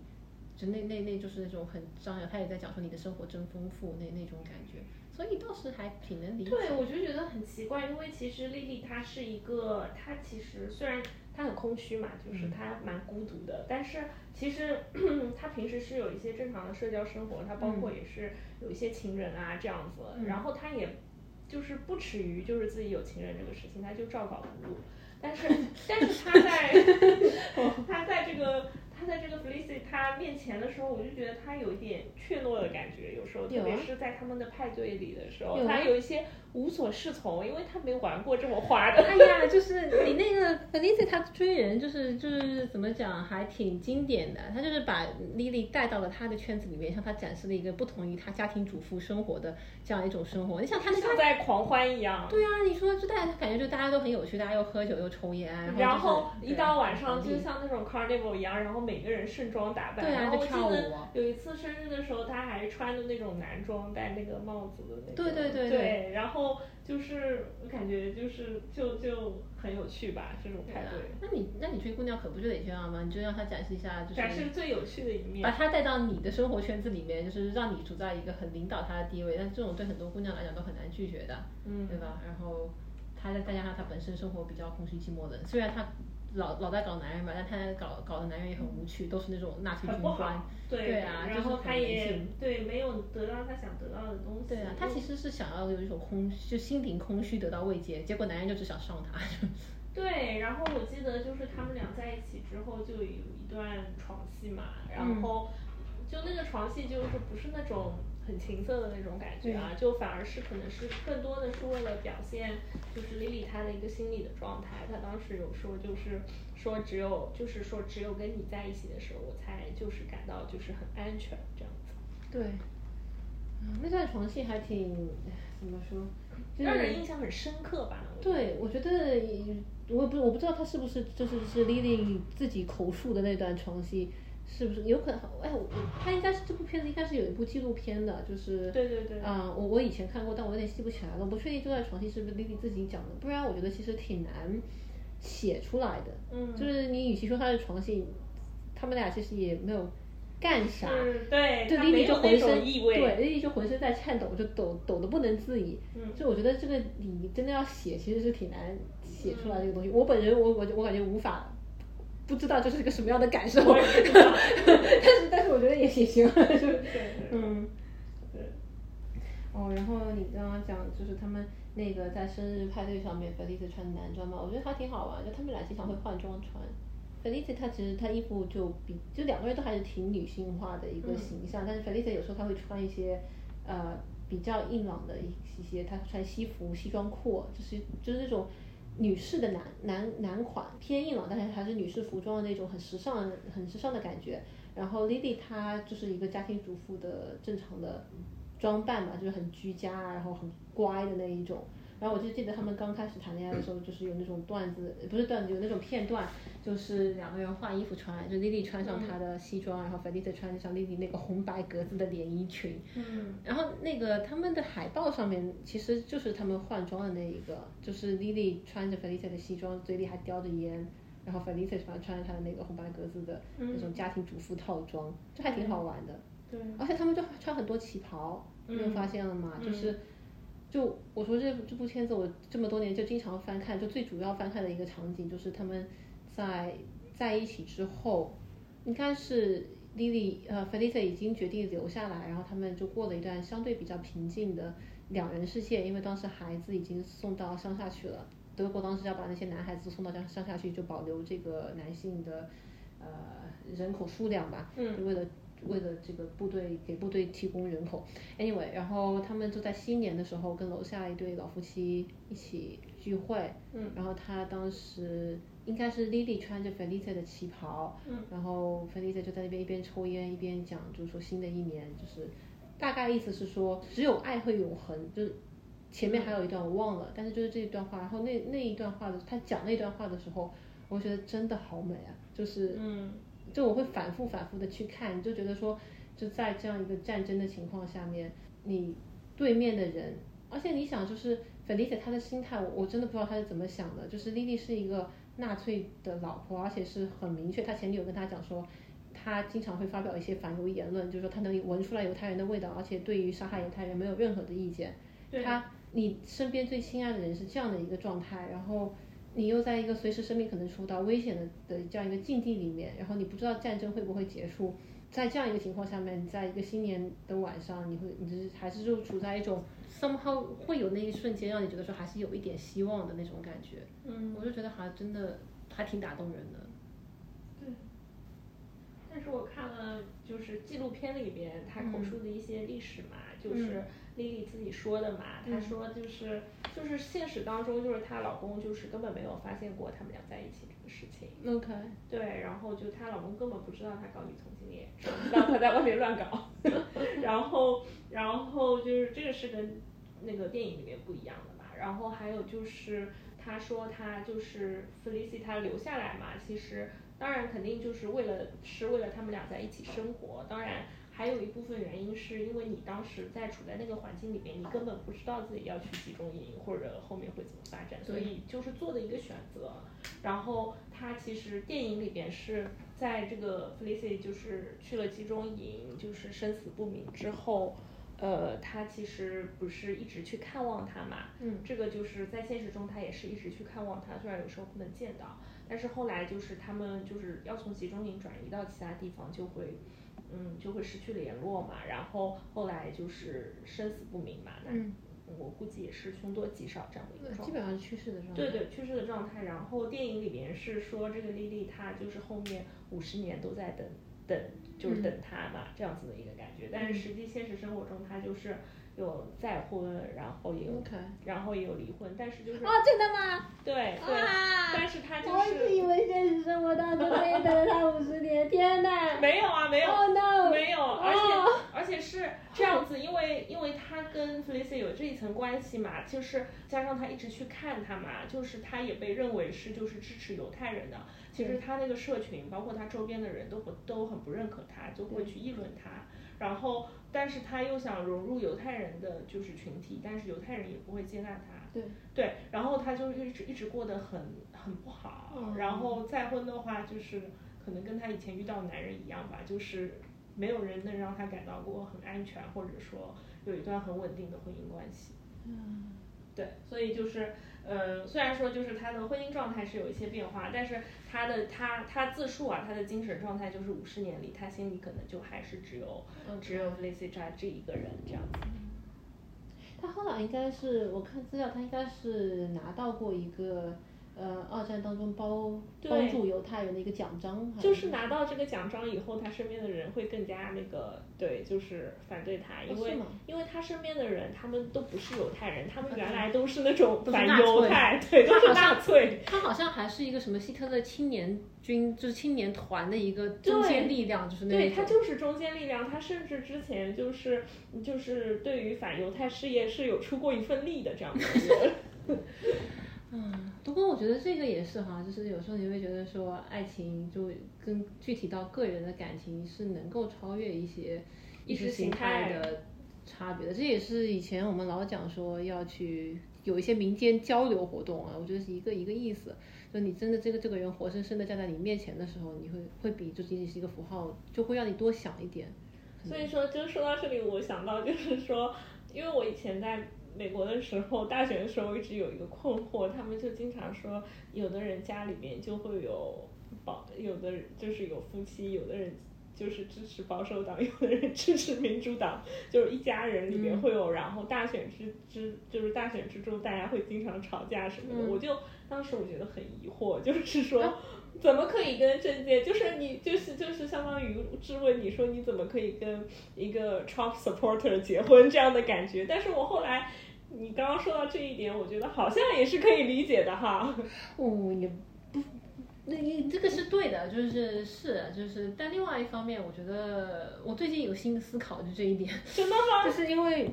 [SPEAKER 2] 就那那那就是那种很张扬，他也在讲说你的生活真丰富那那种感觉，所以倒是还挺能理解。
[SPEAKER 3] 对，我就觉得很奇怪，因为其实丽丽她是一个，她其实虽然她很空虚嘛，就是
[SPEAKER 2] 嗯
[SPEAKER 3] 她蛮孤独的，但是其实 她平时是有一些正常的社交生活，她包
[SPEAKER 2] 嗯
[SPEAKER 3] 括也是有一些情人啊这样子，然后她也就是不耻于就是自己有情人这个事情，她就照稿不误。但是，但是她 在她在这个她在这个 Felicity 她面前的时候，我就觉得她有一点怯懦的感觉，有时候，特
[SPEAKER 2] 有啊
[SPEAKER 3] 别是在他们的派对里的时候，
[SPEAKER 2] 有啊
[SPEAKER 3] 她有一些无所适从，因为她没玩过这么花的。
[SPEAKER 2] 哎呀，就是你那个 Felicia，她追人就是就是怎么讲，还挺经典的。她就是把 Lily 带到了她的圈子里面，向她展示了一个不同于她家庭主妇生活的这样一种生活。你想她那
[SPEAKER 3] 像
[SPEAKER 2] 她
[SPEAKER 3] 在狂欢一样，
[SPEAKER 2] 对啊，你说就大家感觉就大家都很有趣，大家又喝酒又抽烟，
[SPEAKER 3] 然
[SPEAKER 2] 然
[SPEAKER 3] 后
[SPEAKER 2] 后就是
[SPEAKER 3] 一到晚上
[SPEAKER 2] 对
[SPEAKER 3] 就像那种 carnival 一样，然后每个人盛装打扮。
[SPEAKER 2] 对啊
[SPEAKER 3] 然后
[SPEAKER 2] 就
[SPEAKER 3] 我
[SPEAKER 2] 跳
[SPEAKER 3] 记得
[SPEAKER 2] 舞
[SPEAKER 3] 有一次生日的时候，她还穿的那种男装，戴那个帽子的那种。
[SPEAKER 2] 对对对
[SPEAKER 3] 对然后就是我感觉就是就就很有趣吧，这种派对，
[SPEAKER 2] 那你那你追姑娘可不就得这样吗？你就让她展示一下，就是
[SPEAKER 3] 展示最有趣的一面
[SPEAKER 2] 把。她带到你的生活圈子里面，就是让你处在一个很领导她的地位。但这种对很多姑娘来讲都很难拒绝的，
[SPEAKER 3] 嗯
[SPEAKER 2] 对吧？然后她再再加上她本身生活比较空虚寂寞冷，虽然她老老在搞男人吧，但她搞搞的男人也很无趣，都是那种纳粹军
[SPEAKER 3] 很不
[SPEAKER 2] 官
[SPEAKER 3] 好。，对
[SPEAKER 2] 对啊
[SPEAKER 3] 然
[SPEAKER 2] 就是
[SPEAKER 3] 后
[SPEAKER 2] 很
[SPEAKER 3] 他
[SPEAKER 2] 没
[SPEAKER 3] 也
[SPEAKER 2] 劲
[SPEAKER 3] 对没有得到他想得到的东西。
[SPEAKER 2] 对啊，她其实是想要有一种空，就心灵空虚得到慰藉，结果男人就只想上她。
[SPEAKER 3] 对，然后我记得就是他们俩在一起之后就有一段床戏嘛，
[SPEAKER 2] 嗯
[SPEAKER 3] 然后就那个床戏就是不是那种很情色的那种感觉啊，就反而是可能是更多的是为了表现就是 Lily 她的一个心理的状态，她当时有说就是说只有就是说只有跟你在一起的时候，我才就是感到就是很安全这样子，
[SPEAKER 2] 对，嗯那段床戏还挺怎么说，就是
[SPEAKER 3] 让人印象很深刻吧？我觉得
[SPEAKER 2] 对，我觉得我也不我不知道他是不是就是是 Lily 自己口述的那段床戏，是不是有可能？哎，我他应该是这部片子应该是有一部纪录片的，就是
[SPEAKER 3] 对对对
[SPEAKER 2] 啊、我我以前看过，但我有点记不起来了，我不确定这段床戏是不是 Lily 自己讲的，不然我觉得其实挺难写出来的。
[SPEAKER 3] 嗯
[SPEAKER 2] 就是你与其说他是床戏，他们俩其实也没有干啥，
[SPEAKER 3] 嗯，对，
[SPEAKER 2] 对
[SPEAKER 3] 她
[SPEAKER 2] Lily
[SPEAKER 3] 没
[SPEAKER 2] 就
[SPEAKER 3] 有
[SPEAKER 2] 浑
[SPEAKER 3] 那种
[SPEAKER 2] 身
[SPEAKER 3] 意味，
[SPEAKER 2] 对 Lily 就浑身在颤抖，就抖抖的不能自已。
[SPEAKER 3] 嗯
[SPEAKER 2] 就我觉得这个你真的要写，其实是挺难写出
[SPEAKER 3] 嗯
[SPEAKER 2] 来这个东西。我本人我我我感觉无法。不知道这是个什么样的感受，
[SPEAKER 3] 我
[SPEAKER 2] 但
[SPEAKER 3] 也不知道
[SPEAKER 2] 是 但是我觉得也也行，就是
[SPEAKER 3] 对对
[SPEAKER 2] 嗯
[SPEAKER 3] 对
[SPEAKER 2] 哦，然后你刚刚讲就是他们那个在生日派对上面 f e l i c 穿男装嘛，我觉得还挺好玩，就他们俩经常会换装穿。Felicia 她其实她衣服就比就两个人都还是挺女性化的
[SPEAKER 3] 嗯
[SPEAKER 2] 一个形象，但是 Felicia 有时候她会穿一些呃比较硬朗的一一些，她穿西服、西装裤，就是就是那种女士的男男男款，偏硬朗，但是还是女士服装的那种很时尚、很时尚的感觉。然后 Lily 她就是一个家庭主妇的正常的装扮嘛，就是很居家啊，然后很乖的那一种。然后我就记得他们刚开始谈恋爱的时候，就是有那种段子，不是段子，有那种片段，就是两个人换衣服穿，就 Lily 穿上她的西装，然后 Felicia 穿上 Lily 那个红白格子的连衣裙。
[SPEAKER 3] 嗯
[SPEAKER 2] 然后那个他们的海报上面其实就是他们换装的那一个，就是 Lily 穿着 Felicia 的西装，嘴里还叼着烟，然后 Felicia 穿穿着她的那个红白格子的那种家庭主妇套装，就还挺好玩的。
[SPEAKER 3] 对，
[SPEAKER 2] 而且他们就穿很多旗袍，你有发现了吗？
[SPEAKER 3] 嗯
[SPEAKER 2] 就是，就我说这这部片子，我这么多年就经常翻看，就最主要翻看的一个场景就是他们在在一起之后，应该是 Lily 呃 Felicia 已经决定留下来，然后他们就过了一段相对比较平静的两人世界，因为当时孩子已经送到乡下去了。德国当时要把那些男孩子送到乡乡下去，就保留这个男性的呃人口数量吧，
[SPEAKER 3] 嗯
[SPEAKER 2] 就为了为了这个部队给部队提供人口。Anyway，然后他们就在新年的时候跟楼下一对老夫妻一起聚会，
[SPEAKER 3] 嗯
[SPEAKER 2] 然后他当时应该是 Lily 穿着 Felicia 的旗袍，
[SPEAKER 3] 嗯
[SPEAKER 2] 然后 Felicia 就在那边一边抽烟一边讲，就是说新的一年就是大概意思是说只有爱会永恒，就是前
[SPEAKER 3] 嗯
[SPEAKER 2] 面还有一段我忘了，但是就是这一段话，然后那那一段话的他讲那段话的时候，我觉得真的好美啊，就是
[SPEAKER 3] 嗯
[SPEAKER 2] 就我会反复反复的去看，就觉得说，就在这样一个战争的情况下面，你对面的人，而且你想就是 Felicia 她的心态，我我真的不知道她是怎么想的。就是 Lily 是一个纳粹的老婆，而且是很明确，她前女友跟她讲说，他经常会发表一些反犹言论，就是说他能闻出来犹太人的味道，而且对于杀害犹太人没有任何的意见。
[SPEAKER 3] 对
[SPEAKER 2] 他，你身边最亲爱的人是这样的一个状态，然后你又在一个随时生命可能处到危险的的这样一个境地里面，然后你不知道战争会不会结束，在这样一个情况下面，在一个新年的晚上，你会，你就是还是就处在一种 somehow 会有那一瞬间让你觉得说还是有一点希望的那种感觉。
[SPEAKER 3] 嗯，
[SPEAKER 2] 我就觉得还真的还挺打动人的。
[SPEAKER 3] 但是我看了就是纪录片里边他口
[SPEAKER 2] 嗯
[SPEAKER 3] 述的一些历史嘛，就是
[SPEAKER 2] 嗯
[SPEAKER 3] 莉莉自己说的嘛，她
[SPEAKER 2] 嗯
[SPEAKER 3] 说就是就是现实当中就是她老公就是根本没有发现过他们俩在一起这个事情，
[SPEAKER 2] OK，
[SPEAKER 3] 对，然后就她老公根本不知道她搞女同性恋，只知道她在外面乱搞， 然后然后就是这个是跟那个电影里面不一样的吧，然后还有就是她说她就是弗利西她留下来嘛，其实当然肯定就是为了是为了他们俩在一起生活，当然。还有一部分原因是因为你当时在处在那个环境里面，你根本不知道自己要去集中营或者后面会怎么发展，所
[SPEAKER 2] 对
[SPEAKER 3] 以就是做的一个选择。然后他其实电影里边是在这个 Felicity 就是去了集中营，就是生死不明之后，呃，他其实不是一直去看望他嘛，
[SPEAKER 2] 嗯
[SPEAKER 3] 这个就是在现实中他也是一直去看望他，虽然有时候不能见到，但是后来就是他们就是要从集中营转移到其他地方，就会。嗯，就会失去联络嘛，然后后来就是生死不明嘛，那
[SPEAKER 2] 嗯
[SPEAKER 3] 我估计也是凶多吉少这样的一个状态。
[SPEAKER 2] 基本上是去世的状态。
[SPEAKER 3] 对对，去世的状态。然后电影里面是说这个莉莉她就是后面五十年都在等等，就是
[SPEAKER 2] 嗯
[SPEAKER 3] 等他嘛、这样子的一个感觉。但是实际现实生活中她就是有再婚，然后也有
[SPEAKER 2] OK
[SPEAKER 3] 然后也有离婚，但是就是、
[SPEAKER 2] 哦，真的吗？
[SPEAKER 3] 对对、
[SPEAKER 2] 啊
[SPEAKER 3] 但是她就
[SPEAKER 2] 我一直以
[SPEAKER 3] 是
[SPEAKER 2] 为现实生活当中可以等了他五十年，天哪！
[SPEAKER 3] 没有啊没有。
[SPEAKER 2] Oh no！
[SPEAKER 3] 没有，而且、
[SPEAKER 2] 哦
[SPEAKER 3] 而且是这样子，因为因为他跟 Felicity 有这一层关系嘛，就是加上他一直去看他嘛，就是他也被认为是就是支持犹太人的。其实他那个社群，包括他周边的人都不都很不认可他，就会去议论他。然后，但是他又想融入犹太人的就是群体，但是犹太人也不会接纳他。
[SPEAKER 2] 对
[SPEAKER 3] 对，然后他就一直一直过得很很不好。
[SPEAKER 2] 嗯
[SPEAKER 3] 然后再婚的话，就是可能跟他以前遇到的男人一样吧，就是没有人能让他感到过很安全，或者说有一段很稳定的婚姻关系。
[SPEAKER 2] 嗯
[SPEAKER 3] 对，所以就是，呃，虽然说就是他的婚姻状态是有一些变化，但是他的他他自述啊，他的精神状态就是五十年里，他心里可能就还是只有只有 l i s i a 这一个人这样子。
[SPEAKER 2] 嗯他后来应该是我看资料，他应该是拿到过一个呃二战当中帮
[SPEAKER 3] 对
[SPEAKER 2] 帮助犹太人的一个奖章，还
[SPEAKER 3] 就是拿到这个奖章以后，他身边的人会更加那个，对，就是反对他，因
[SPEAKER 2] 哦
[SPEAKER 3] 为、
[SPEAKER 2] 是吗
[SPEAKER 3] 因为他身边的人，他们都不是犹太人，他们
[SPEAKER 2] 嗯
[SPEAKER 3] 原来都是那种
[SPEAKER 2] 都是
[SPEAKER 3] 反
[SPEAKER 2] 纳
[SPEAKER 3] 犹
[SPEAKER 2] 粹
[SPEAKER 3] 太，对，都
[SPEAKER 2] 他
[SPEAKER 3] 是
[SPEAKER 2] 好像
[SPEAKER 3] 纳粹，
[SPEAKER 2] 他好像还是一个什么希特勒青年军，就是青年团的一个中坚力量，就是那
[SPEAKER 3] 对，
[SPEAKER 2] 种
[SPEAKER 3] 他就是中坚力量，他甚至之前就是就是对于反犹太事业是有出过一份力的这样的一个人。
[SPEAKER 2] 嗯，不过我觉得这个也是哈，就是有时候你会觉得说，爱情就跟具体到个人的感情是能够超越一些
[SPEAKER 3] 意
[SPEAKER 2] 意
[SPEAKER 3] 识
[SPEAKER 2] 识
[SPEAKER 3] 形
[SPEAKER 2] 形
[SPEAKER 3] 态
[SPEAKER 2] 态的差别的。这也是以前我们老讲说要去有一些民间交流活动啊，我觉得是一个一个意思。就你真的这个这个人活生生的站在你面前的时候，你会会比就仅仅是一个符号，就会让你多想一点。
[SPEAKER 3] 所以说，就说到这里，我想到就是说，因为我以前在美国的时候，大学的时候一直有一个困惑，他们就经常说，有的人家里面就会有保，有的人就是有夫妻，有的人。就是支持保守党， 有的人支持民主党，就是一家人里面
[SPEAKER 2] 嗯
[SPEAKER 3] 会有，然后大选之之就是大选之中，大家会经常吵架什么的。
[SPEAKER 2] 嗯啊
[SPEAKER 3] 我就当时我觉得很疑惑，就是说，怎么可以跟政界？就是你，就是就是相当于质问你说你怎么可以跟一个 Trump supporter 结婚这样的感觉。但是我后来，你刚刚说到这一点，我觉得好像也是可以理解的哈。
[SPEAKER 2] 哦，也不，那你这个是对的，就是是就是，但另外一方面，我觉得我最近有新的思考，就这一 点，
[SPEAKER 3] 真的吗？
[SPEAKER 2] 就是因为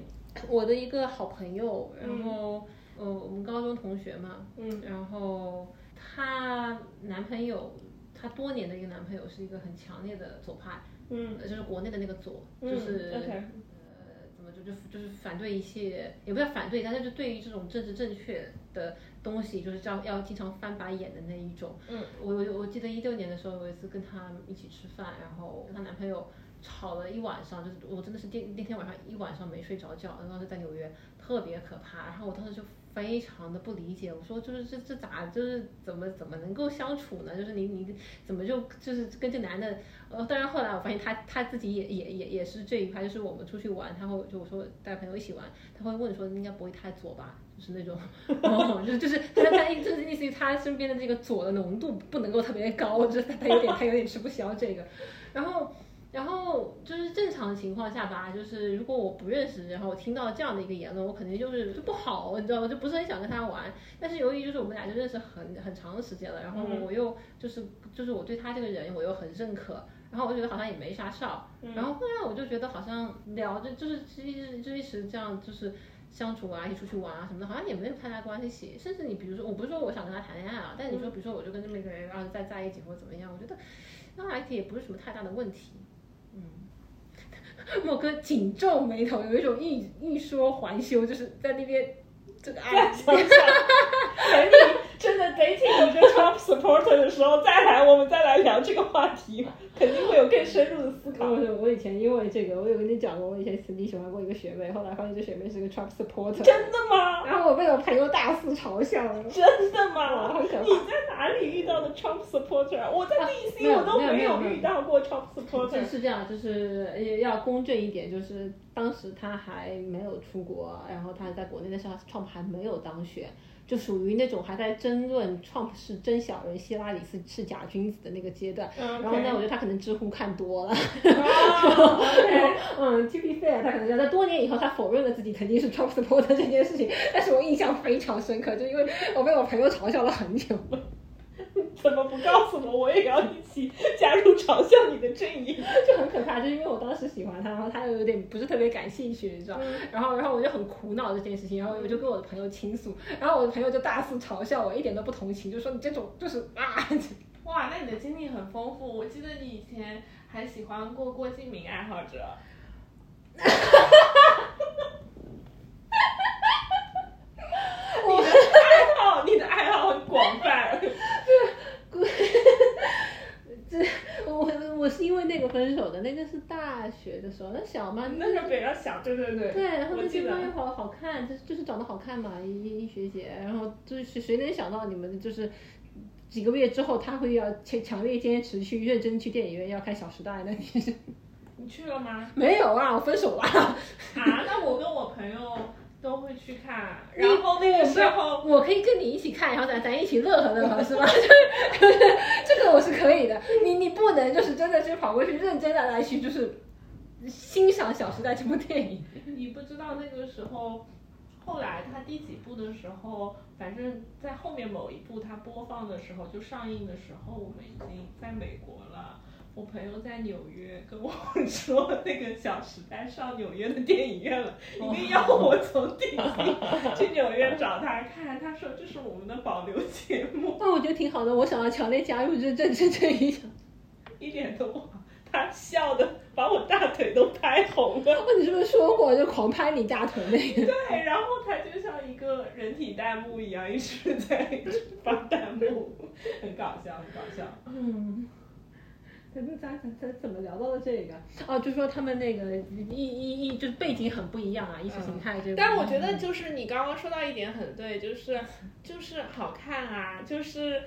[SPEAKER 2] 我的一个好朋友，然后、呃我们高中同学嘛，
[SPEAKER 3] 嗯
[SPEAKER 2] 然后她男朋友，她多年的一个男朋友是一个很强烈的左派，
[SPEAKER 3] 嗯
[SPEAKER 2] 呃就是国内的那个左，
[SPEAKER 3] 嗯
[SPEAKER 2] 就是。
[SPEAKER 3] OK
[SPEAKER 2] 呃，怎么就就就是反对一些，也不叫反对，但是就对于这种政治正确的东西，就是这样要经常翻白眼的那一种。
[SPEAKER 3] 嗯，
[SPEAKER 2] 我我我记得一六年的时候，有一次跟她一起吃饭，然后跟她男朋友吵了一晚上，就是我真的是那那天晚上一晚上没睡着觉，当时在纽约特别可怕，然后我当时就非常的不理解，我说就是这这咋就是怎么怎么能够相处呢？就是你你怎么就就是跟这男的，呃，当然后来我发现他他自己也也也也是这一块，就是我们出去玩，他会就我说带朋友一起玩，他会问说应该不会太左吧，就是那种， 哦，就是就是他他就是类似于他身边的这个左的浓度不能够特别高，我觉得他他有点他有点吃不消这个，然后。然后就是正常情况下吧，就是如果我不认识，然后我听到这样的一个言论，我肯定就是就不好，你知道吗？就不是很想跟他玩。但是由于就是我们俩就认识很很长的时间了，然后
[SPEAKER 3] 嗯
[SPEAKER 2] 我又就是就是我对他这个人我又很认可，然后我觉得好像也没啥事儿，
[SPEAKER 3] 嗯
[SPEAKER 2] 然后后来我就觉得好像聊着就是就一直就一直这样就是相处啊，一起出去玩啊什么的，好像也没有太大关系。甚至你比如说，我不是说我想跟他谈恋爱啊，但你说比如说我就跟这么一个人然后再在一起或者怎么样，我觉得那还也不是什么太大的问题。嗯， 莫哥紧皱眉头，有一种欲欲说还休，就是在那边这个
[SPEAKER 3] 再
[SPEAKER 2] 哎，
[SPEAKER 3] 想想，等你真的 dating 一个 Trump supporter 的时候，再来我们再来聊这个话题，肯定会有更深入的思考。
[SPEAKER 2] 我 我以前因为这个，我有跟你讲过，我以前曾经喜欢过一个学妹，后来发现这学妹是个 Trump supporter。
[SPEAKER 3] 真的吗？
[SPEAKER 2] 然后我被我朋友大肆嘲笑了。
[SPEAKER 3] 真的吗？
[SPEAKER 2] 哇
[SPEAKER 3] 你
[SPEAKER 2] 很可怕
[SPEAKER 3] 在哪里遇到的 Trump supporter？啊我在 DC 我都
[SPEAKER 2] 没有没有
[SPEAKER 3] 有
[SPEAKER 2] 没有
[SPEAKER 3] 遇到过 Trump
[SPEAKER 2] 就
[SPEAKER 3] supporter。
[SPEAKER 2] 是这样，就是呃要公正一点，就是当时他还没有出国，然后他在国内的时候，Trump 还没有当选，就属于那种还在争论 Trump 是真小人，希拉里是是假君子的那个阶段。
[SPEAKER 3] 然
[SPEAKER 2] 然后呢，我觉得他可能知乎看多了，
[SPEAKER 3] 啊 OK，
[SPEAKER 2] 嗯，to be fair，他可能要在多年以后，他否认了自己曾经是 Trump supporter 这件事情，但是我印象非常深刻，就因为我被我朋友嘲笑了很久。
[SPEAKER 3] 怎么不告诉我？我也要一起加入嘲笑你的阵营。
[SPEAKER 2] 就很可怕，就因为我当时喜欢他，然后他又有点不是特别感兴趣，你知道，然后然后我就很苦恼这件事情，然后我就跟我的朋友倾诉，然后我的朋友就大肆嘲笑我，一点都不同情，就说你这种就是啊，
[SPEAKER 3] 哇，那你的经历很丰富。我记得你以前还喜欢过郭敬明爱好 者。你的爱好，你的爱好很广泛。
[SPEAKER 2] 这 我我是因为那个分手的，那个是大学的时候，那小 嘛，
[SPEAKER 3] 那时候比较小，对对对。
[SPEAKER 2] 对，然后
[SPEAKER 3] 我
[SPEAKER 2] 那
[SPEAKER 3] 记
[SPEAKER 2] 对
[SPEAKER 3] 得
[SPEAKER 2] 方又好好看，就是就是长得好看嘛，一一学姐，然后就是谁能想到你们就是。几个月之后，他会要强强烈坚持去认真去电影院要看《小时代》那 你是
[SPEAKER 3] 你去了吗？
[SPEAKER 2] 没有啊，我分手啊。
[SPEAKER 3] 啊，那我跟我朋友都会去看，然后那个时候。
[SPEAKER 2] 我可以跟你一起看，然后咱咱一起乐呵乐呵，是吧？ 这个我是可以的。你你不能就是真的是跑过去认真的来去就是欣赏《小时代》这部电影。
[SPEAKER 3] 你不知道那个时候，后来他第几部的时候，反正在后面某一部他播放的时候，就上映的时候，我们已经在美国了。我朋友在纽约跟我 说，那个《小时代》上纽约的电影院了，一定要我从第一去纽约找他看。他说这是我们的保留节目，
[SPEAKER 2] 那我觉得挺好的，我想要强烈加入这这这这一场。
[SPEAKER 3] 一点都不好。他笑的把我大腿都拍红了。
[SPEAKER 2] 哦，你是不是说过就狂拍你大腿那个？
[SPEAKER 3] 对，然后它就像一个人体弹幕一样，一直在一直发弹幕，很搞笑，很搞笑。
[SPEAKER 2] 嗯，咱咱咱咱怎么聊到了这个？哦，就说他们那个意意意就是背景很不一样啊，意识形态这个。
[SPEAKER 3] 嗯但我觉得就是你刚刚说到一点很对，就是就是好看啊，就是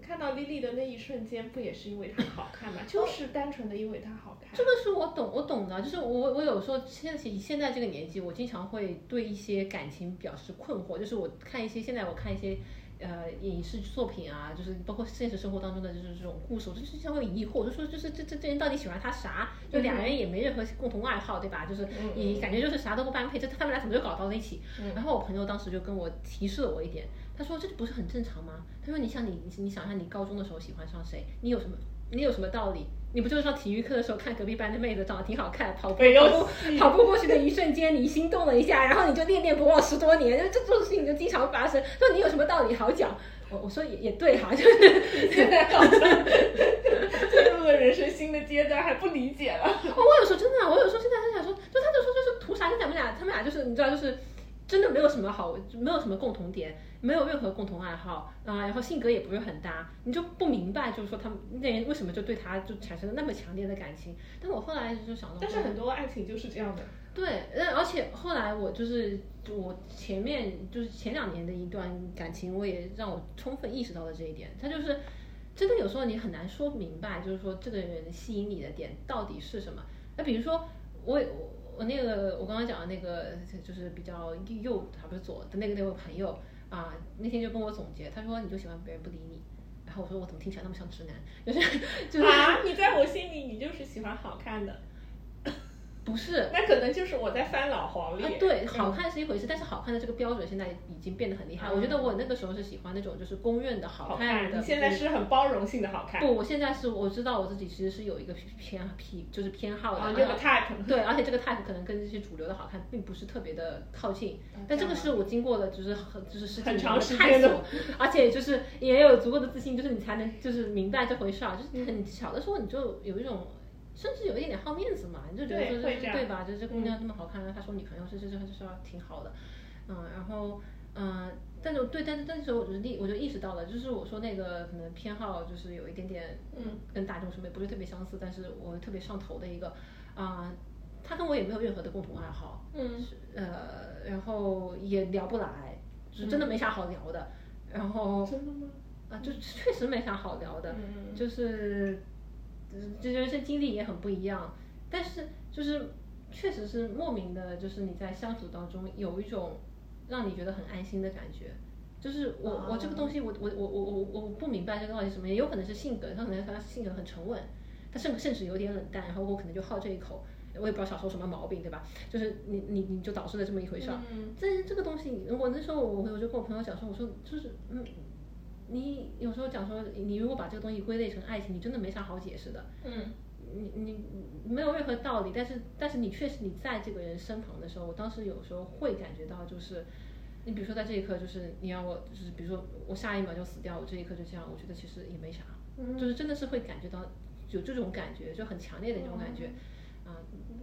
[SPEAKER 3] 看到 Lily 的那一瞬间，不也是因为她好看嘛？就是单纯的因为她好看。
[SPEAKER 2] 这个是我懂，我懂的，啊就是我我有时候现在以现在这个年纪，我经常会对一些感情表示困惑，就是我看一些现在我看一些。呃，影视作品啊，就是包括现实生活当中的，就是这种故事，我就经常会疑惑，我就说，就是这这这人到底喜欢他啥？就
[SPEAKER 3] 嗯
[SPEAKER 2] 俩人也没任何共同爱好，对吧？就是
[SPEAKER 3] 嗯
[SPEAKER 2] 你感觉就是啥都不般配，这他们俩怎么就搞到了一起？
[SPEAKER 3] 嗯
[SPEAKER 2] 然后我朋友当时就跟我提示了我一点，他说这不是很正常吗？他说你像你你想想你高中的时候喜欢上谁，你有什么你有什么道理？你不就是上体育课的时候看隔壁班的妹子长得挺好看，跑步
[SPEAKER 3] 没有
[SPEAKER 2] 跑步
[SPEAKER 3] 戏
[SPEAKER 2] 跑步过去的一瞬间，你心动了一下，然后你就恋恋不忘十多年，就这种事情就经常发生。他说你有什么道理好讲？我我说也也对哈、就是现在搞
[SPEAKER 3] 进入了人生新的阶段，还不理解了。
[SPEAKER 2] 哦，我有时候真的，我有时候现在很想说，就他就说就是图啥？就咱们俩，他们俩就是你知道就是。真的没有什么好，没有什么共同点，没有任何共同爱好啊、然后性格也不是很搭，你就不明白，就是说他们那人为什么就对他就产生了那么强烈的感情。但我后来就想到，
[SPEAKER 3] 但是很多爱情就是这样的，
[SPEAKER 2] 对，那而且后来我就是就我前面就是前两年的一段感情，我也让我充分意识到了这一点。他就是真的有时候你很难说明白，就是说这个人吸引你的点到底是什么。那比如说我也我我那个我刚刚讲的那个就是比较右还不是左的那个那位朋友啊，那天就跟我总结，他说你就喜欢别人不理你。然后我说我怎么听起来那么像直男？就是就是、
[SPEAKER 3] 啊，你在我心里你就是喜欢好看的，
[SPEAKER 2] 不是
[SPEAKER 3] 那可能就是我在翻老黄历、
[SPEAKER 2] 啊，对，
[SPEAKER 3] 嗯
[SPEAKER 2] 好看是一回事，但是好看的这个标准现在已经变得很厉害。我觉得我那个时候是喜欢那种就是公认的好
[SPEAKER 3] 嗯好
[SPEAKER 2] 看的。嗯
[SPEAKER 3] 嗯你现在是很包容性的好看，
[SPEAKER 2] 不？我现在是我知道我自己其实是有一个偏癖，就是偏好的。
[SPEAKER 3] 啊，
[SPEAKER 2] 然
[SPEAKER 3] 你
[SPEAKER 2] 后
[SPEAKER 3] 有个 type，
[SPEAKER 2] 对，而且这个 type 可能跟这些主流的好看并不是特别的靠近，
[SPEAKER 3] 哦
[SPEAKER 2] 但这个是我经过了就是很就是十几
[SPEAKER 3] 啊很
[SPEAKER 2] 年
[SPEAKER 3] 长
[SPEAKER 2] 的
[SPEAKER 3] 时
[SPEAKER 2] 探
[SPEAKER 3] 间的
[SPEAKER 2] 索，而且就是也有足够的自信，就是你才能就是明白这回事儿。
[SPEAKER 3] 嗯
[SPEAKER 2] 就是很小的时候你就有一种。甚至有一点点好面子嘛，你就觉得
[SPEAKER 3] 对
[SPEAKER 2] 说这
[SPEAKER 3] 会
[SPEAKER 2] 是
[SPEAKER 3] 这样嗯
[SPEAKER 2] 对吧？就是这姑娘这么好看，她说女朋友是是是是是挺好的，嗯，然后嗯、呃但是我对，但是那时候我就意我就意识到了，就是我说那个可能偏好就是有一点点
[SPEAKER 3] 嗯，
[SPEAKER 2] 跟大众审美不是特别相似，但是我特别上头的一个，啊、他跟我也没有任何的共同爱好，
[SPEAKER 3] 嗯，
[SPEAKER 2] 呃，然后也聊不来，就是真的没啥好聊的，然后
[SPEAKER 3] 嗯真的吗？
[SPEAKER 2] 啊，就确实没啥好聊的，
[SPEAKER 3] 嗯，
[SPEAKER 2] 就是，嗯就人生经历也很不一样，但是就是确实是莫名的，就是你在相处当中有一种让你觉得很安心的感觉。就是我、我这个
[SPEAKER 3] 哦
[SPEAKER 2] 东西我我我我我我不明白这个到底是什么，也有可能是性格，他可能他性格很沉稳，他甚甚至有点冷淡，然后我可能就好这一口，我也不知道小时候什么毛病，对吧？就是你你你就导致了这么一回事儿。
[SPEAKER 3] 嗯，
[SPEAKER 2] 但是这个东西，我那时候我我就跟我朋友讲说，我说就是嗯，你有时候讲说，你如果把这个东西归类成爱情，你真的没啥好解释的，
[SPEAKER 3] 嗯，
[SPEAKER 2] 你你你没有任何道理。但是但是你确实你在这个人身旁的时候，我当时有时候会感觉到就是。你比如说，在这一刻，就是你让我，就是比如说我下一秒就死掉，我这一刻就这样，我觉得其实也没啥，
[SPEAKER 3] 嗯
[SPEAKER 2] 就是真的是会感觉到有这种感觉，就很强烈的那种感觉。啊，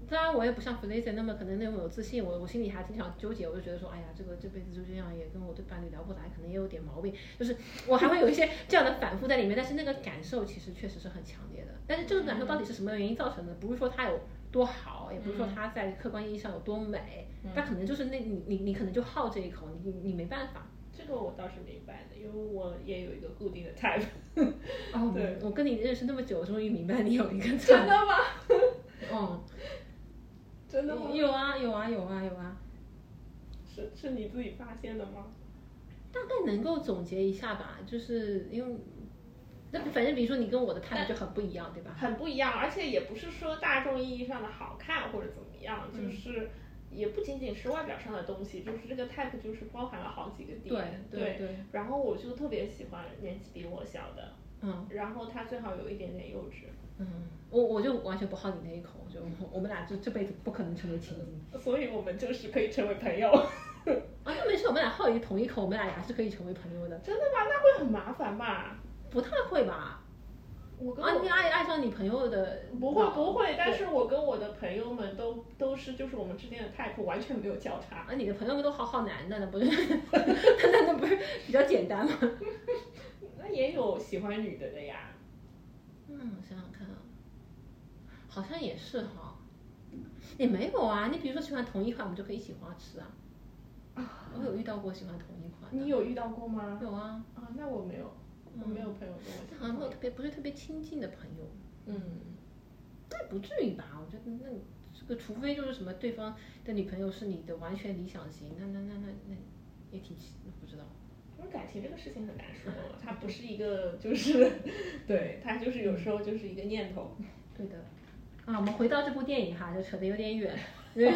[SPEAKER 2] 当然我也不像 Felicia 那么可能那么有自信，我我心里还经常纠结，我就觉得说，哎呀，这个这辈子就这样，也跟我对伴侣聊不来，可能也有点毛病，就是我还会有一些这样的反复在里面，但是那个感受其实确实是很强烈的，但是这个感受到底是什么原因造成的，不是说它有多好，也不是说它在客观意义上有多美，它可能就是那你你你可能就好这一口，你你你没办法。
[SPEAKER 3] 这个我倒是明白的，因为我也有一个固定 的 type，
[SPEAKER 2] 哦
[SPEAKER 3] 对，
[SPEAKER 2] 我跟你认识那么久，终于明白你有 一个
[SPEAKER 3] 真
[SPEAKER 2] 赞。
[SPEAKER 3] 的吗？
[SPEAKER 2] 哦，
[SPEAKER 3] 真的吗？
[SPEAKER 2] 有啊有啊有啊有啊，
[SPEAKER 3] 是是你自己发现的吗？
[SPEAKER 2] 大概能够总结一下吧，就是因为，那反正比如说你跟我的态度就很不一样，对吧？
[SPEAKER 3] 很不一样，而且也不是说大众意义上的好看或者怎么样，
[SPEAKER 2] 嗯
[SPEAKER 3] 就是也不仅仅是外表上的东西，就是这个 type 就是包含了好几个
[SPEAKER 2] 对
[SPEAKER 3] 点。
[SPEAKER 2] 对对，
[SPEAKER 3] 然后我就特别喜欢年纪比我小的，
[SPEAKER 2] 嗯
[SPEAKER 3] 然后他最好有一点点幼稚，
[SPEAKER 2] 嗯，我我就完全不好你那一口，我就我们俩就这辈子不可能成为情敌
[SPEAKER 3] 所以我们就是可以成为朋友。
[SPEAKER 2] 啊！那没事，我们俩好一同一口，我们俩也还是可以成为朋友的，
[SPEAKER 3] 真的吗？那会很麻烦吧？
[SPEAKER 2] 不太会吧？
[SPEAKER 3] 我跟
[SPEAKER 2] 啊，
[SPEAKER 3] 我
[SPEAKER 2] 你爱爱上你朋友的
[SPEAKER 3] 不会不会，但是我跟我的朋友们都都是就是我们之间的 type 完全没有交叉，
[SPEAKER 2] 啊，你的朋友们都好好男的，那不是 那那不是比较简单吗？
[SPEAKER 3] 那也有喜欢女的的呀。
[SPEAKER 2] 嗯，我想想看啊，好像也是哈，也没有啊。你比如说喜欢同一款，我们就可以一起花痴啊。我有遇到过喜欢同一款的，
[SPEAKER 3] 啊你有遇到过吗？
[SPEAKER 2] 有啊，嗯
[SPEAKER 3] 啊，那我没有，我没有朋友跟我喜
[SPEAKER 2] 但好
[SPEAKER 3] 欢
[SPEAKER 2] 像没
[SPEAKER 3] 过
[SPEAKER 2] 有特别不是特别亲近的朋友，
[SPEAKER 3] 嗯，
[SPEAKER 2] 那不至于吧？我觉得那这个，除非就是什么对方的女朋友是你的完全理想型，那那那那那也挺奇不知道。
[SPEAKER 3] 就是感情这个事情很难说，
[SPEAKER 2] 嗯
[SPEAKER 3] 它不是一个就是， 对，它就是有时候就是一个念头。
[SPEAKER 2] 对的，啊，我们回到这部电影哈，就扯得有点远。对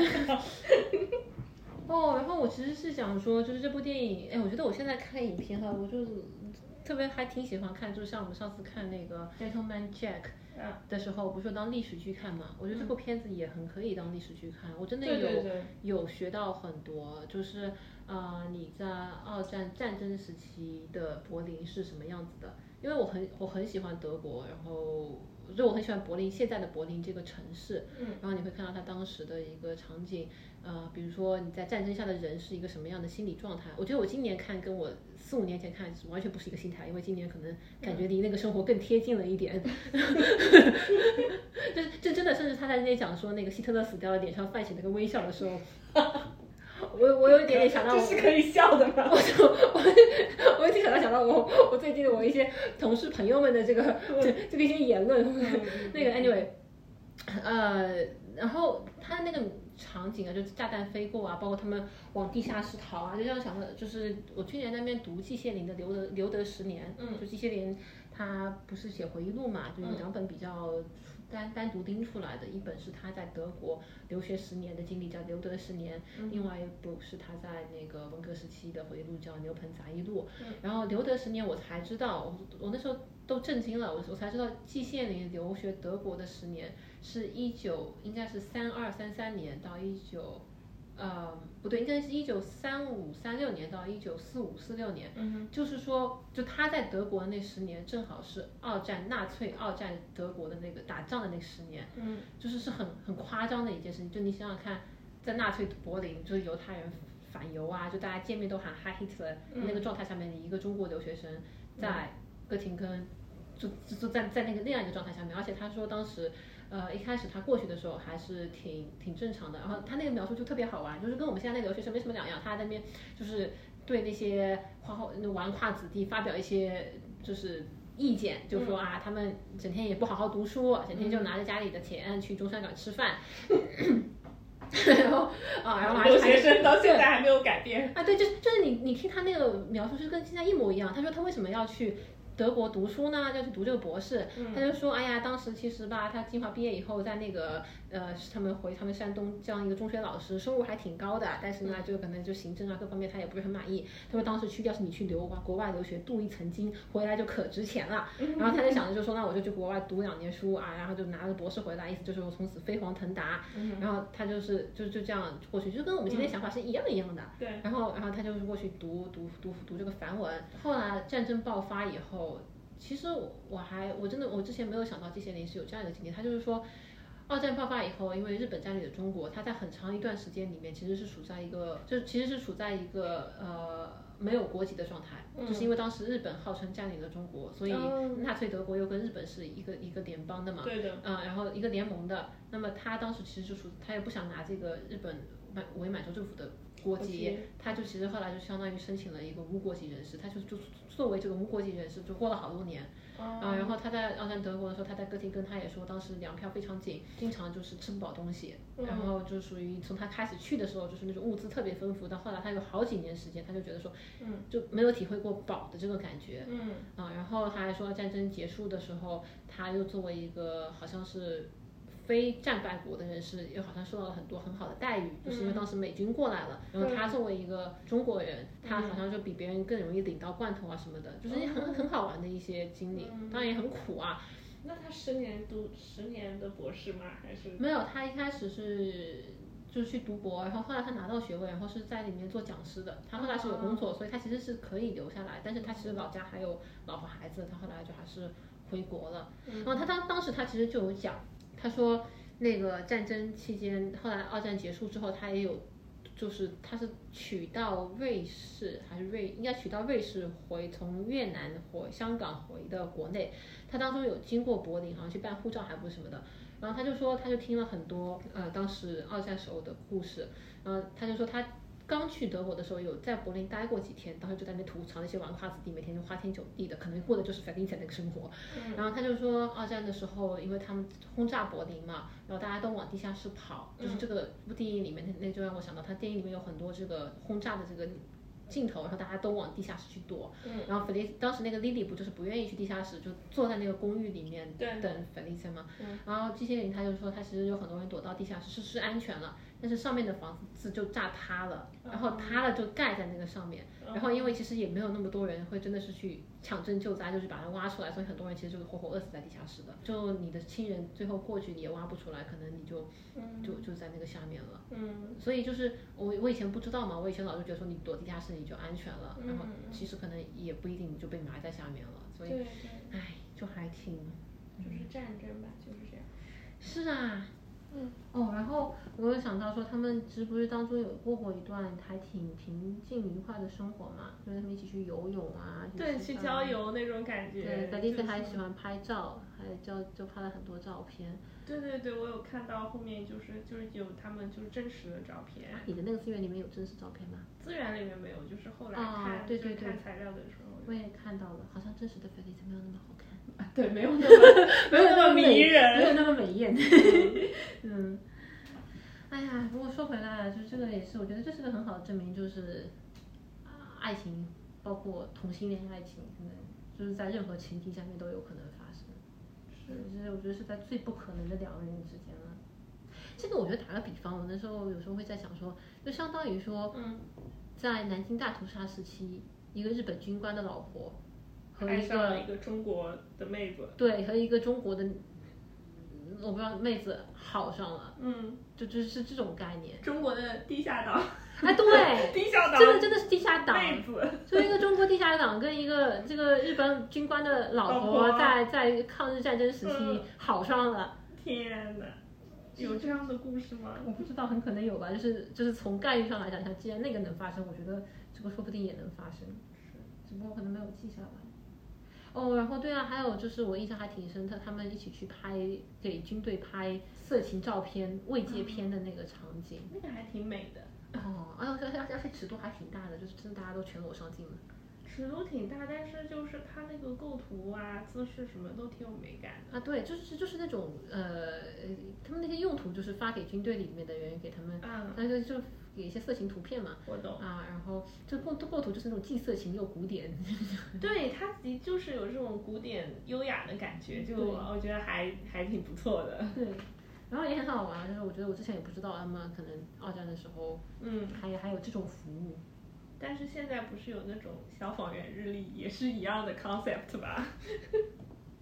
[SPEAKER 2] 哦，然后我其实是想说，就是这部电影，哎，我觉得我现在看影片哈，我就是特别还挺喜欢看，就像我们上次看那个《Gentleman Jack》
[SPEAKER 3] 嗯
[SPEAKER 2] 的时候，不是当历史剧看嘛？我觉得这部片子也很可以当历史剧看，我真的有
[SPEAKER 3] 对对对，
[SPEAKER 2] 有学到很多，就是呃，你在二战战争时期的柏林是什么样子的？因为我很我很喜欢德国，然后就我很喜欢柏林现在的柏林这个城市，
[SPEAKER 3] 嗯，
[SPEAKER 2] 然后你会看到它当时的一个场景，呃，比如说你在战争下的人是一个什么样的心理状态。我觉得我今年看跟我四五年前看完全不是一个心态，因为今年可能感觉离那个生活更贴近了一点。 就就真的，甚至他在那里讲说那个希特勒死掉了，脸上泛起那个微笑的时候， 我我有一点点想到
[SPEAKER 3] 这
[SPEAKER 2] 我
[SPEAKER 3] 是可以 笑的吗？
[SPEAKER 2] 我我一直想到想到我我最近我一些同事朋友们的这个这这个一些言论，
[SPEAKER 3] 嗯
[SPEAKER 2] 那个 anyway，呃，然后他那个场景啊，就是炸弹飞过啊，包括他们往地下室逃啊，就让我想到就是我去年在那边读季羡林的《留得留得十年》，
[SPEAKER 3] 嗯
[SPEAKER 2] 就季羡林他不是写回忆录嘛，就有两本比较单单独拎出来的，一本是他在德国留学十年的经历，叫《留德十年》，另外一部是他在那个文革时期的回忆录，叫《牛棚杂忆录》。然后《留德十年》，我才知道，我我那时候都震惊了，我我才知道季羡林留学德国的十年是一九，应该是三二三三年到一九。呃，不对，应该是一九三五三六年到一九四五四六年，
[SPEAKER 3] 嗯
[SPEAKER 2] 就是说，就他在德国那十年，正好是二战纳粹二战德国的那个打仗的那十年，
[SPEAKER 3] 嗯，
[SPEAKER 2] 就是是很很夸张的一件事情。就你想想看，在纳粹柏林，就是犹太人反犹啊，就大家见面都喊 “Hi Hitler”、那个
[SPEAKER 3] 嗯
[SPEAKER 2] 状态下面，你一个中国留学生在哥廷根，就就就在在那个那样一个状态下面，而且他说当时。呃，一开始他过去的时候还是挺挺正常的，然后他那个描述就特别好玩，就是跟我们现在那个留学生没什么两样。他在那边就是对那些跨后纨绔子弟发表一些就是意见，就说
[SPEAKER 3] 嗯
[SPEAKER 2] 啊，他们整天也不好好读书，整天就拿着家里的钱去中山港吃 饭，然后啊，然后还
[SPEAKER 3] 留
[SPEAKER 2] 还
[SPEAKER 3] 学生到现在还没有改变。
[SPEAKER 2] 啊，对，就是就是你你听他那个描述，就跟现在一模一样。他说他为什么要去德国读书呢？要去读这个博士？他就说，哎呀，当时其实吧，他清华毕业以后，在那个呃，他们回他们山东这样一个中学老师，收入还挺高的，但是呢，就可能就行政啊各方面他也不是很满意。他说当时去，要是你去留国国外留学，镀一层金，回来就可值钱了。然后他就想着就说，那我就去国外读两年书啊，然后就拿了博士回来，意思就是我从此飞黄腾达。然后他就是就就这样过去，就跟我们今天想法是一样一样的。
[SPEAKER 3] 对，
[SPEAKER 2] 然后，然后他就是过去读读读读这个梵文。后来战争爆发以后，其实我我还我真的我之前没有想到季羡林是有这样一个经历。他就是说，二战爆发以后，因为日本占领了中国，他在很长一段时间里面其实是处在一个，就是其实是处在一个呃没有国籍的状态，就是因为当时日本号称占领了中国，所以
[SPEAKER 3] 哦
[SPEAKER 2] 纳粹德国又跟日本是一个一个联邦的嘛。
[SPEAKER 3] 对的，
[SPEAKER 2] 啊、然后一个联盟的，那么他当时其实就属，他也不想拿这个日本满伪满洲政府的国
[SPEAKER 3] 国
[SPEAKER 2] 籍
[SPEAKER 3] 籍，
[SPEAKER 2] 他就其实后来就相当于申请了一个无国籍人士，他就就作为这个无国籍人士就过了好多年
[SPEAKER 3] 哦
[SPEAKER 2] 啊、然后他在二战德国的时候，他在哥廷根，他也说当时粮票非常紧，经常就是吃不饱东西，
[SPEAKER 3] 嗯
[SPEAKER 2] 然后就属于从他开始去的时候就是那种物资特别丰富，但后来他有好几年时间，他就觉得说，嗯，就没有体会过饱的这个感觉，
[SPEAKER 3] 嗯
[SPEAKER 2] 啊，然后他还说战争结束的时候，他又作为一个好像是非战败国的人士，又好像受到了很多很好的待遇，就是因为当时美军过来了，然后他作为一个中国人，他好像就比别人更容易领到罐头啊什么的，就是很很好玩的一些经历，当然也很苦啊。
[SPEAKER 3] 那他十年读十年的博士吗？还是
[SPEAKER 2] 没有，他一开始是就是去读博，然后后来他拿到学位，然后是在里面做讲师的。他后来是有工作，所以他其实是可以留下来，但是他其实老家还有老婆孩子，他后来就还是回国了。然后他当当时他其实就有讲，他说那个战争期间，后来二战结束之后，他也有。就是他是取到瑞士还是瑞，应该取到瑞士回从越南回香港回的国内，他当中有经过柏林，好像去办护照还不是什么的。然后他就说，他就听了很多呃当时二战时候的故事，然后他就说他刚去德国的时候有在柏林待过几天，当时就在那边吐槽那些纨绔子弟，每天就花天酒地的，可能过的就是弗林肯那个生活。然后他就说，二战的时候，因为他们轰炸柏林嘛，然后大家都往地下室跑，就是这个部电影里面那那就让我想到，他电影里面有很多这个轰炸的这个镜头，然后大家都往地下室去躲。然后弗利当时那个莉莉不就是不愿意去地下室，就坐在那个公寓里面
[SPEAKER 3] 对
[SPEAKER 2] 等弗利森吗？然后季羡林他就说，他其实有很多人躲到地下室是是安全了，但是上面的房子就炸塌了，然后塌了就盖在那个上面，然后因为其实也没有那么多人会真的是去抢针救灾，就是把它挖出来，所以很多人其实就是活活饿死在地下室的。就你的亲人最后过去你也挖不出来，可能你就就就在那个下面了。
[SPEAKER 3] 嗯
[SPEAKER 2] 所以就是我我以前不知道嘛，我以前老是觉得说你躲地下室你就安全了，然后
[SPEAKER 3] 嗯
[SPEAKER 2] 其实可能也不一定你就被埋在下面了，所
[SPEAKER 3] 对
[SPEAKER 2] 以
[SPEAKER 3] 对，
[SPEAKER 2] 唉，就还挺
[SPEAKER 3] 就是战争吧，就是这样。
[SPEAKER 2] 是啊。
[SPEAKER 3] 嗯
[SPEAKER 2] 哦，然后我又想到说，他们是不是当中有过过一段还挺平静愉快的生活嘛？就是他们一起去游泳啊，
[SPEAKER 3] 对，
[SPEAKER 2] 吃
[SPEAKER 3] 去
[SPEAKER 2] 饭
[SPEAKER 3] 郊
[SPEAKER 2] 啊。
[SPEAKER 3] 游那种感觉。
[SPEAKER 2] 对，白丽
[SPEAKER 3] 就是
[SPEAKER 2] 丝还喜欢拍照，还就就拍了很多照片。
[SPEAKER 3] 对对对，我有看到后面就是就是有他们就是真实的照片，
[SPEAKER 2] 你的那个资源里面有真实照片吗？
[SPEAKER 3] 资源里面没有，就是后来
[SPEAKER 2] 啊
[SPEAKER 3] 看、
[SPEAKER 2] 对
[SPEAKER 3] 就
[SPEAKER 2] 对
[SPEAKER 3] 是看
[SPEAKER 2] 对
[SPEAKER 3] 材料的时候
[SPEAKER 2] 我也看到了，好像真实的菲利斯没有那么好看，
[SPEAKER 3] 啊，对，没有 那么没有那么迷
[SPEAKER 2] 没有
[SPEAKER 3] 人。
[SPEAKER 2] 那么美艳。 嗯，哎呀，不过说回来啊，就这个也是，我觉得这是个很好的证明，就是、啊爱情，包括同性恋爱情，可能就是在任何情境下面都有可能发生。就是我觉得是在最不可能的两个人之间了。这个我觉得打个比方，我那时候有时候会在想说，就相当于说，
[SPEAKER 3] 嗯，
[SPEAKER 2] 在南京大屠杀时期，一个日本军官的老婆和
[SPEAKER 3] 爱
[SPEAKER 2] 一
[SPEAKER 3] 上了
[SPEAKER 2] 个
[SPEAKER 3] 一个中国的妹子。
[SPEAKER 2] 对和一个中国的，嗯我不知道妹子好上了，
[SPEAKER 3] 嗯，
[SPEAKER 2] 就就是这种概念。
[SPEAKER 3] 中国的地下党，
[SPEAKER 2] 哎，对，
[SPEAKER 3] 地下党，
[SPEAKER 2] 真的真的是地下党，
[SPEAKER 3] 妹子。
[SPEAKER 2] 就一个中国地下党跟一个这个日本军官的老
[SPEAKER 3] 老
[SPEAKER 2] 婆
[SPEAKER 3] 婆啊
[SPEAKER 2] 在在抗日战争时期
[SPEAKER 3] 嗯
[SPEAKER 2] 好上了。
[SPEAKER 3] 天哪，有这样的故事吗？
[SPEAKER 2] 我不知道，很可能有吧。就是就是从概率上来讲，像既然那个能发生，我觉得这个说不定也能发生，只不过可能没有记下来。哦，然后对啊，还有就是我印象还挺深的，他们一起去拍给军队拍色情照片、慰藉片的那个场景。
[SPEAKER 3] 那个还挺美的，
[SPEAKER 2] 哦，而且而且而且尺度还挺大的，就是真的大家都全裸上镜了。
[SPEAKER 3] 尺度挺大，但是就是它那个构图啊、姿势什么都挺有美感的。
[SPEAKER 2] 啊，对，就是就是那种呃，他们那些用途就是发给军队里面的人给他们，
[SPEAKER 3] 嗯，
[SPEAKER 2] 那就就给一些色情图片嘛。
[SPEAKER 3] 我懂。
[SPEAKER 2] 啊，然后这构构图就是那种既色情又古典，
[SPEAKER 3] 对，它的就是有这种古典优雅的感觉，就
[SPEAKER 2] 对
[SPEAKER 3] 我觉得还还挺不错的。
[SPEAKER 2] 对，然后也很好玩，就是我觉得我之前也不知道他们可能二战的时候
[SPEAKER 3] 嗯，
[SPEAKER 2] 还还有这种服务，
[SPEAKER 3] 但是现在不是有那种消防员日历，也是一样的 concept 吧？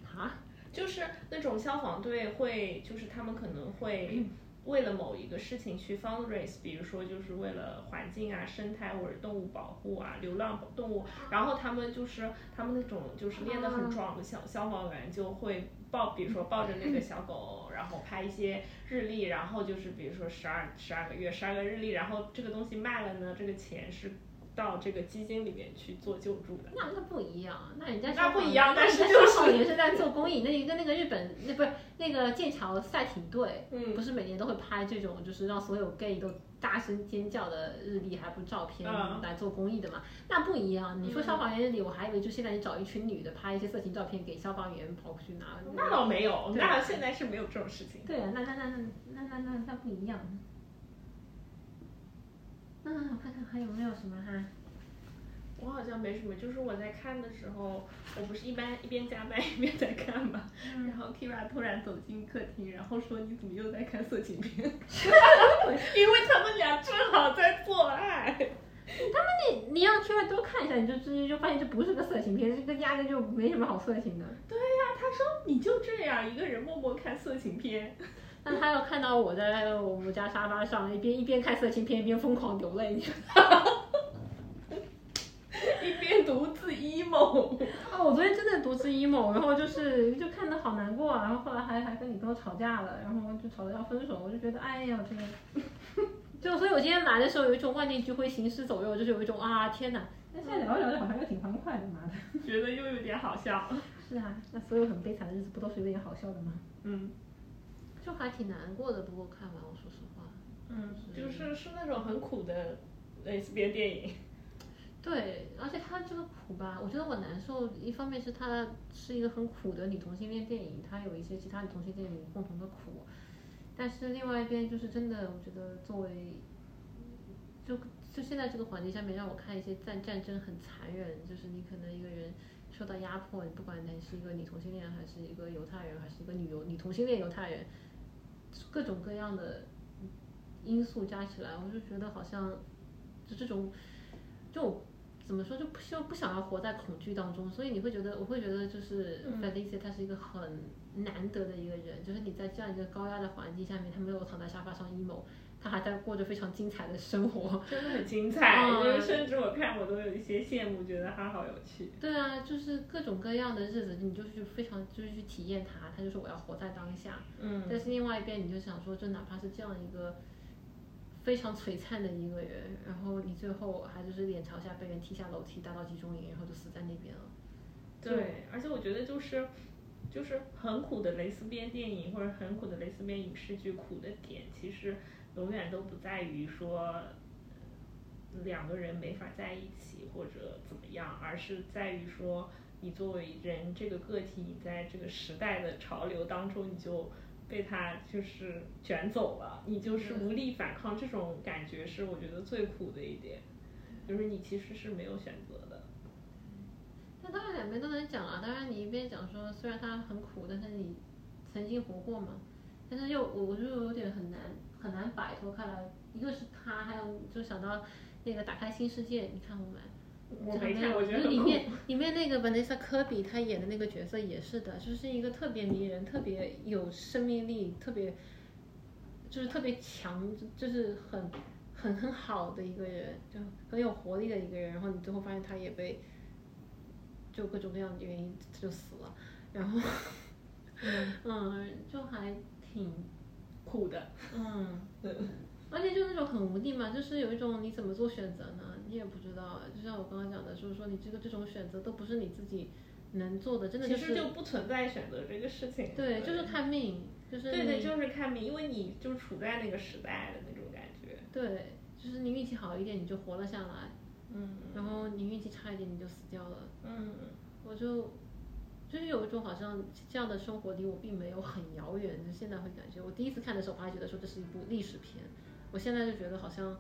[SPEAKER 2] 啊，
[SPEAKER 3] 就是那种消防队会，就是他们可能会为了某一个事情去 fundraise，比如说就是为了环境啊、生态或者动物保护啊、流浪动物，然后他们就是他们那种就是练得很壮的小消防员就会抱，比如说抱着那个小狗，然后拍一些日历，然后就是比如说十二十二个月、十二个日历，然后这个东西卖了呢，这个钱是到这个基金里面去做救助的。
[SPEAKER 2] 那那不一样，那人家
[SPEAKER 3] 那
[SPEAKER 2] 消
[SPEAKER 3] 不
[SPEAKER 2] 防
[SPEAKER 3] 一
[SPEAKER 2] 那
[SPEAKER 3] 样但
[SPEAKER 2] 人
[SPEAKER 3] 是
[SPEAKER 2] 家
[SPEAKER 3] 就是
[SPEAKER 2] 消防员是在做公益，那一个那个日本那不是那个剑桥赛艇队，
[SPEAKER 3] 嗯
[SPEAKER 2] 不是每年都会拍这种就是让所有 gay 都大声尖叫的日历还不照片
[SPEAKER 3] 嗯
[SPEAKER 2] 来做公益的嘛？那不一样，你说消防员日历，我还以为就现在你找一群女的拍一些色情照片给消防员跑过去拿，
[SPEAKER 3] 那倒没有，
[SPEAKER 2] 对
[SPEAKER 3] 那现在是没有这种事情。
[SPEAKER 2] 对啊，那那那那那那那那不一样。那我看看还有没有什么哈？
[SPEAKER 3] 我好像没什么，就是我在看的时候，我不是一般一边加班一边在看嘛， 然后 Kira 突然走进客厅，然后说你怎么又在看色情 片？因为他们俩正好在做爱。
[SPEAKER 2] 你你要出来多看一下，你就直接就发现这不是个色情片，这个压根就没什么好色情的。
[SPEAKER 3] 对呀、啊他说你就这样一个人默默看色情片，
[SPEAKER 2] 但他要看到我在我们家沙发上一边一边看色情片一边疯狂流泪，
[SPEAKER 3] 一边独自 emo。
[SPEAKER 2] 啊，我昨天真的独自 emo，然后就是就看的好难过啊，然后后来还还跟女朋友吵架了，然后就吵着要分手，我就觉得哎呀，这个， 就所以我今天来的时候有一种万念俱灰、行尸走肉，就是有一种啊天哪，但现在聊着聊着好像又挺欢快的，妈的。
[SPEAKER 3] 觉得又有点好笑。
[SPEAKER 2] 是啊， 那所有很悲惨的日子不都是有点好笑的吗？
[SPEAKER 3] 嗯
[SPEAKER 2] 就还挺难过的，不过看完我说实话，
[SPEAKER 3] 嗯，就是是那种很苦的类似别电影。
[SPEAKER 2] 对，而且他这个苦吧，我觉得我难受，一方面是他是一个很苦的女同性恋电影，它有一些其他女同性电影共同的苦，但是另外一边就是真的，我觉得作为，就就现在这个环境下面，让我看一些战战争很残忍，就是你可能一个人受到压迫，你不管你是一个女同性恋，还是一个犹太人，还是一个女犹女同性恋犹太人，各种各样的因素加起来，我就觉得好像就这种就怎么说就不希望不想要活在恐惧当中，所以你会觉得我会觉得就是
[SPEAKER 3] 嗯
[SPEAKER 2] Felicia 她是一个很难得的一个人，就是你在这样一个高压的环境下面，她没有躺在沙发上 emo，她还在过着非常精彩的生活。
[SPEAKER 3] 真的很精彩，
[SPEAKER 2] 嗯
[SPEAKER 3] 就是甚至我看我都有一些羡慕，觉得他好有趣。
[SPEAKER 2] 对啊，就是各种各样的日子，你就是非常就是去体验它，它就是我要活在当下。
[SPEAKER 3] 嗯
[SPEAKER 2] 但是另外一边，你就想说，就哪怕是这样一个非常璀璨的一个人，然后你最后还就是脸朝下被人踢下楼梯，打到集中营，然后就死在那边了。
[SPEAKER 3] 对，而且我觉得就是就是很苦的蕾丝边电影或者很苦的蕾丝边影视剧，苦的点其实永远都不在于说两个人没法在一起或者怎么样，而是在于说你作为人这个个体，你在这个时代的潮流当中，你就。被他就是卷走了，你就是无力反抗，这种感觉是我觉得最苦的一点，就是你其实是没有选择的。
[SPEAKER 2] 那当然两边都能讲啊，当然你一边讲说虽然它很苦，但是你曾经活过嘛，但是又我我就有点很难很难摆脱开来，一个是他，还有就想到那个打开新世界，你看过没？
[SPEAKER 3] 我没
[SPEAKER 2] 就
[SPEAKER 3] 看，
[SPEAKER 2] 很
[SPEAKER 3] 我觉得
[SPEAKER 2] 就
[SPEAKER 3] 很
[SPEAKER 2] 里
[SPEAKER 3] 苦。
[SPEAKER 2] 面里面那个 Vanessa Kirby 她演的那个角色也是的，就是一个特别迷人、特别有生命力、特别就是特别强，就是很很很好的一个人，就很有活力的一个人。然后你最后发现她也被就各种各样的原因就死了，然后 嗯，就还挺
[SPEAKER 3] 苦的，
[SPEAKER 2] 嗯，而且就那种很无力嘛，就是有一种你怎么做选择呢？你也不知道。就像我刚刚讲的，就是说你这个这种选择都不是你自己能做的，真的
[SPEAKER 3] 其
[SPEAKER 2] 就
[SPEAKER 3] 实
[SPEAKER 2] 是
[SPEAKER 3] 就不存在选择这个事情。
[SPEAKER 2] 对，就是看命，就是
[SPEAKER 3] 对对，
[SPEAKER 2] 你
[SPEAKER 3] 就是看命，因为你就处在那个时代的那种感觉。
[SPEAKER 2] 对，就是你运气好一点你就活了下来，
[SPEAKER 3] 嗯
[SPEAKER 2] 然后你运气差一点你就死掉了。
[SPEAKER 3] 嗯，
[SPEAKER 2] 我就就是有一种好像这样的生活离我并没有很遥远，就现在会感觉，我第一次看的时候我还觉得说这是一部历史片，我现在就觉得好像。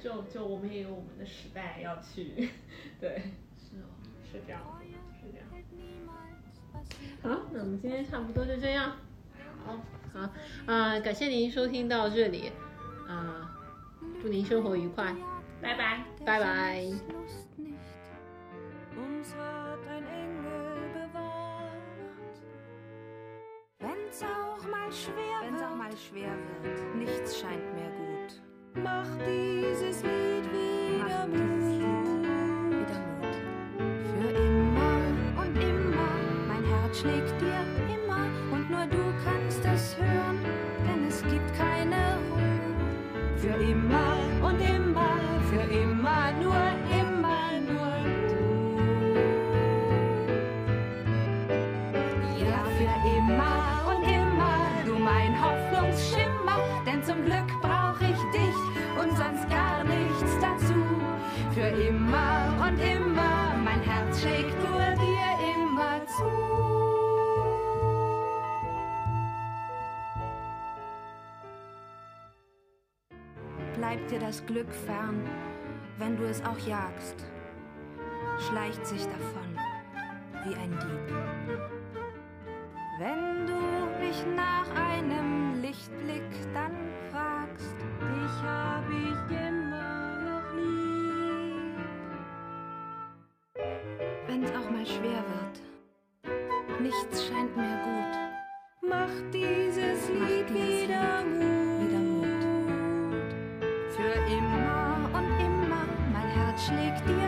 [SPEAKER 3] 就就我们也有我们的时代要去， 对，
[SPEAKER 2] 是哦
[SPEAKER 3] 是这样子的，是这样。
[SPEAKER 2] 好，那我们今天差不多就这样。
[SPEAKER 3] 好，
[SPEAKER 2] 好，啊、感谢您收听到这里，啊、祝您生活愉快。
[SPEAKER 3] 拜拜。
[SPEAKER 2] Bye,
[SPEAKER 1] Der
[SPEAKER 2] bye.
[SPEAKER 1] Sinneslust nicht. Uns hat ein Engel bewahrt.
[SPEAKER 4] Wenn's auch mal schwer
[SPEAKER 5] Wenn's
[SPEAKER 4] wird,
[SPEAKER 5] auch mal schwer wird, nichts scheint mehr gut.
[SPEAKER 4] mach dieses Lied
[SPEAKER 5] Mach
[SPEAKER 4] wieder
[SPEAKER 5] dieses
[SPEAKER 4] Mut.
[SPEAKER 5] Wieder Mut.
[SPEAKER 4] Für immer und immer, mein Herz schlägt dir immer und nur du kannst es hören, denn es gibt keine Ruhe. Für immer und immer, für immer, nur immer, nur du. Ja, für immer und immer, du mein Hoffnungsschimmer, denn zum Glück brauch ich dich und sonst gar nichts dazu für immer und immer. Mein Herz schlägt nur dir immer zu.
[SPEAKER 5] Bleibt dir das Glück fern, wenn du es auch jagst. Schleicht sich davon wie ein Dieb.
[SPEAKER 4] Wenn du mich nach einem Lichtblick dann fragst, dich hab ich immer noch lieb.
[SPEAKER 5] Wenn's auch mal schwer wird, nichts scheint mehr gut.
[SPEAKER 4] Mach dieses
[SPEAKER 5] Mach
[SPEAKER 4] Lied
[SPEAKER 5] dieses
[SPEAKER 4] wieder Mut.
[SPEAKER 5] Wieder Mut.
[SPEAKER 4] Für immer und immer, mein Herz schlägt dir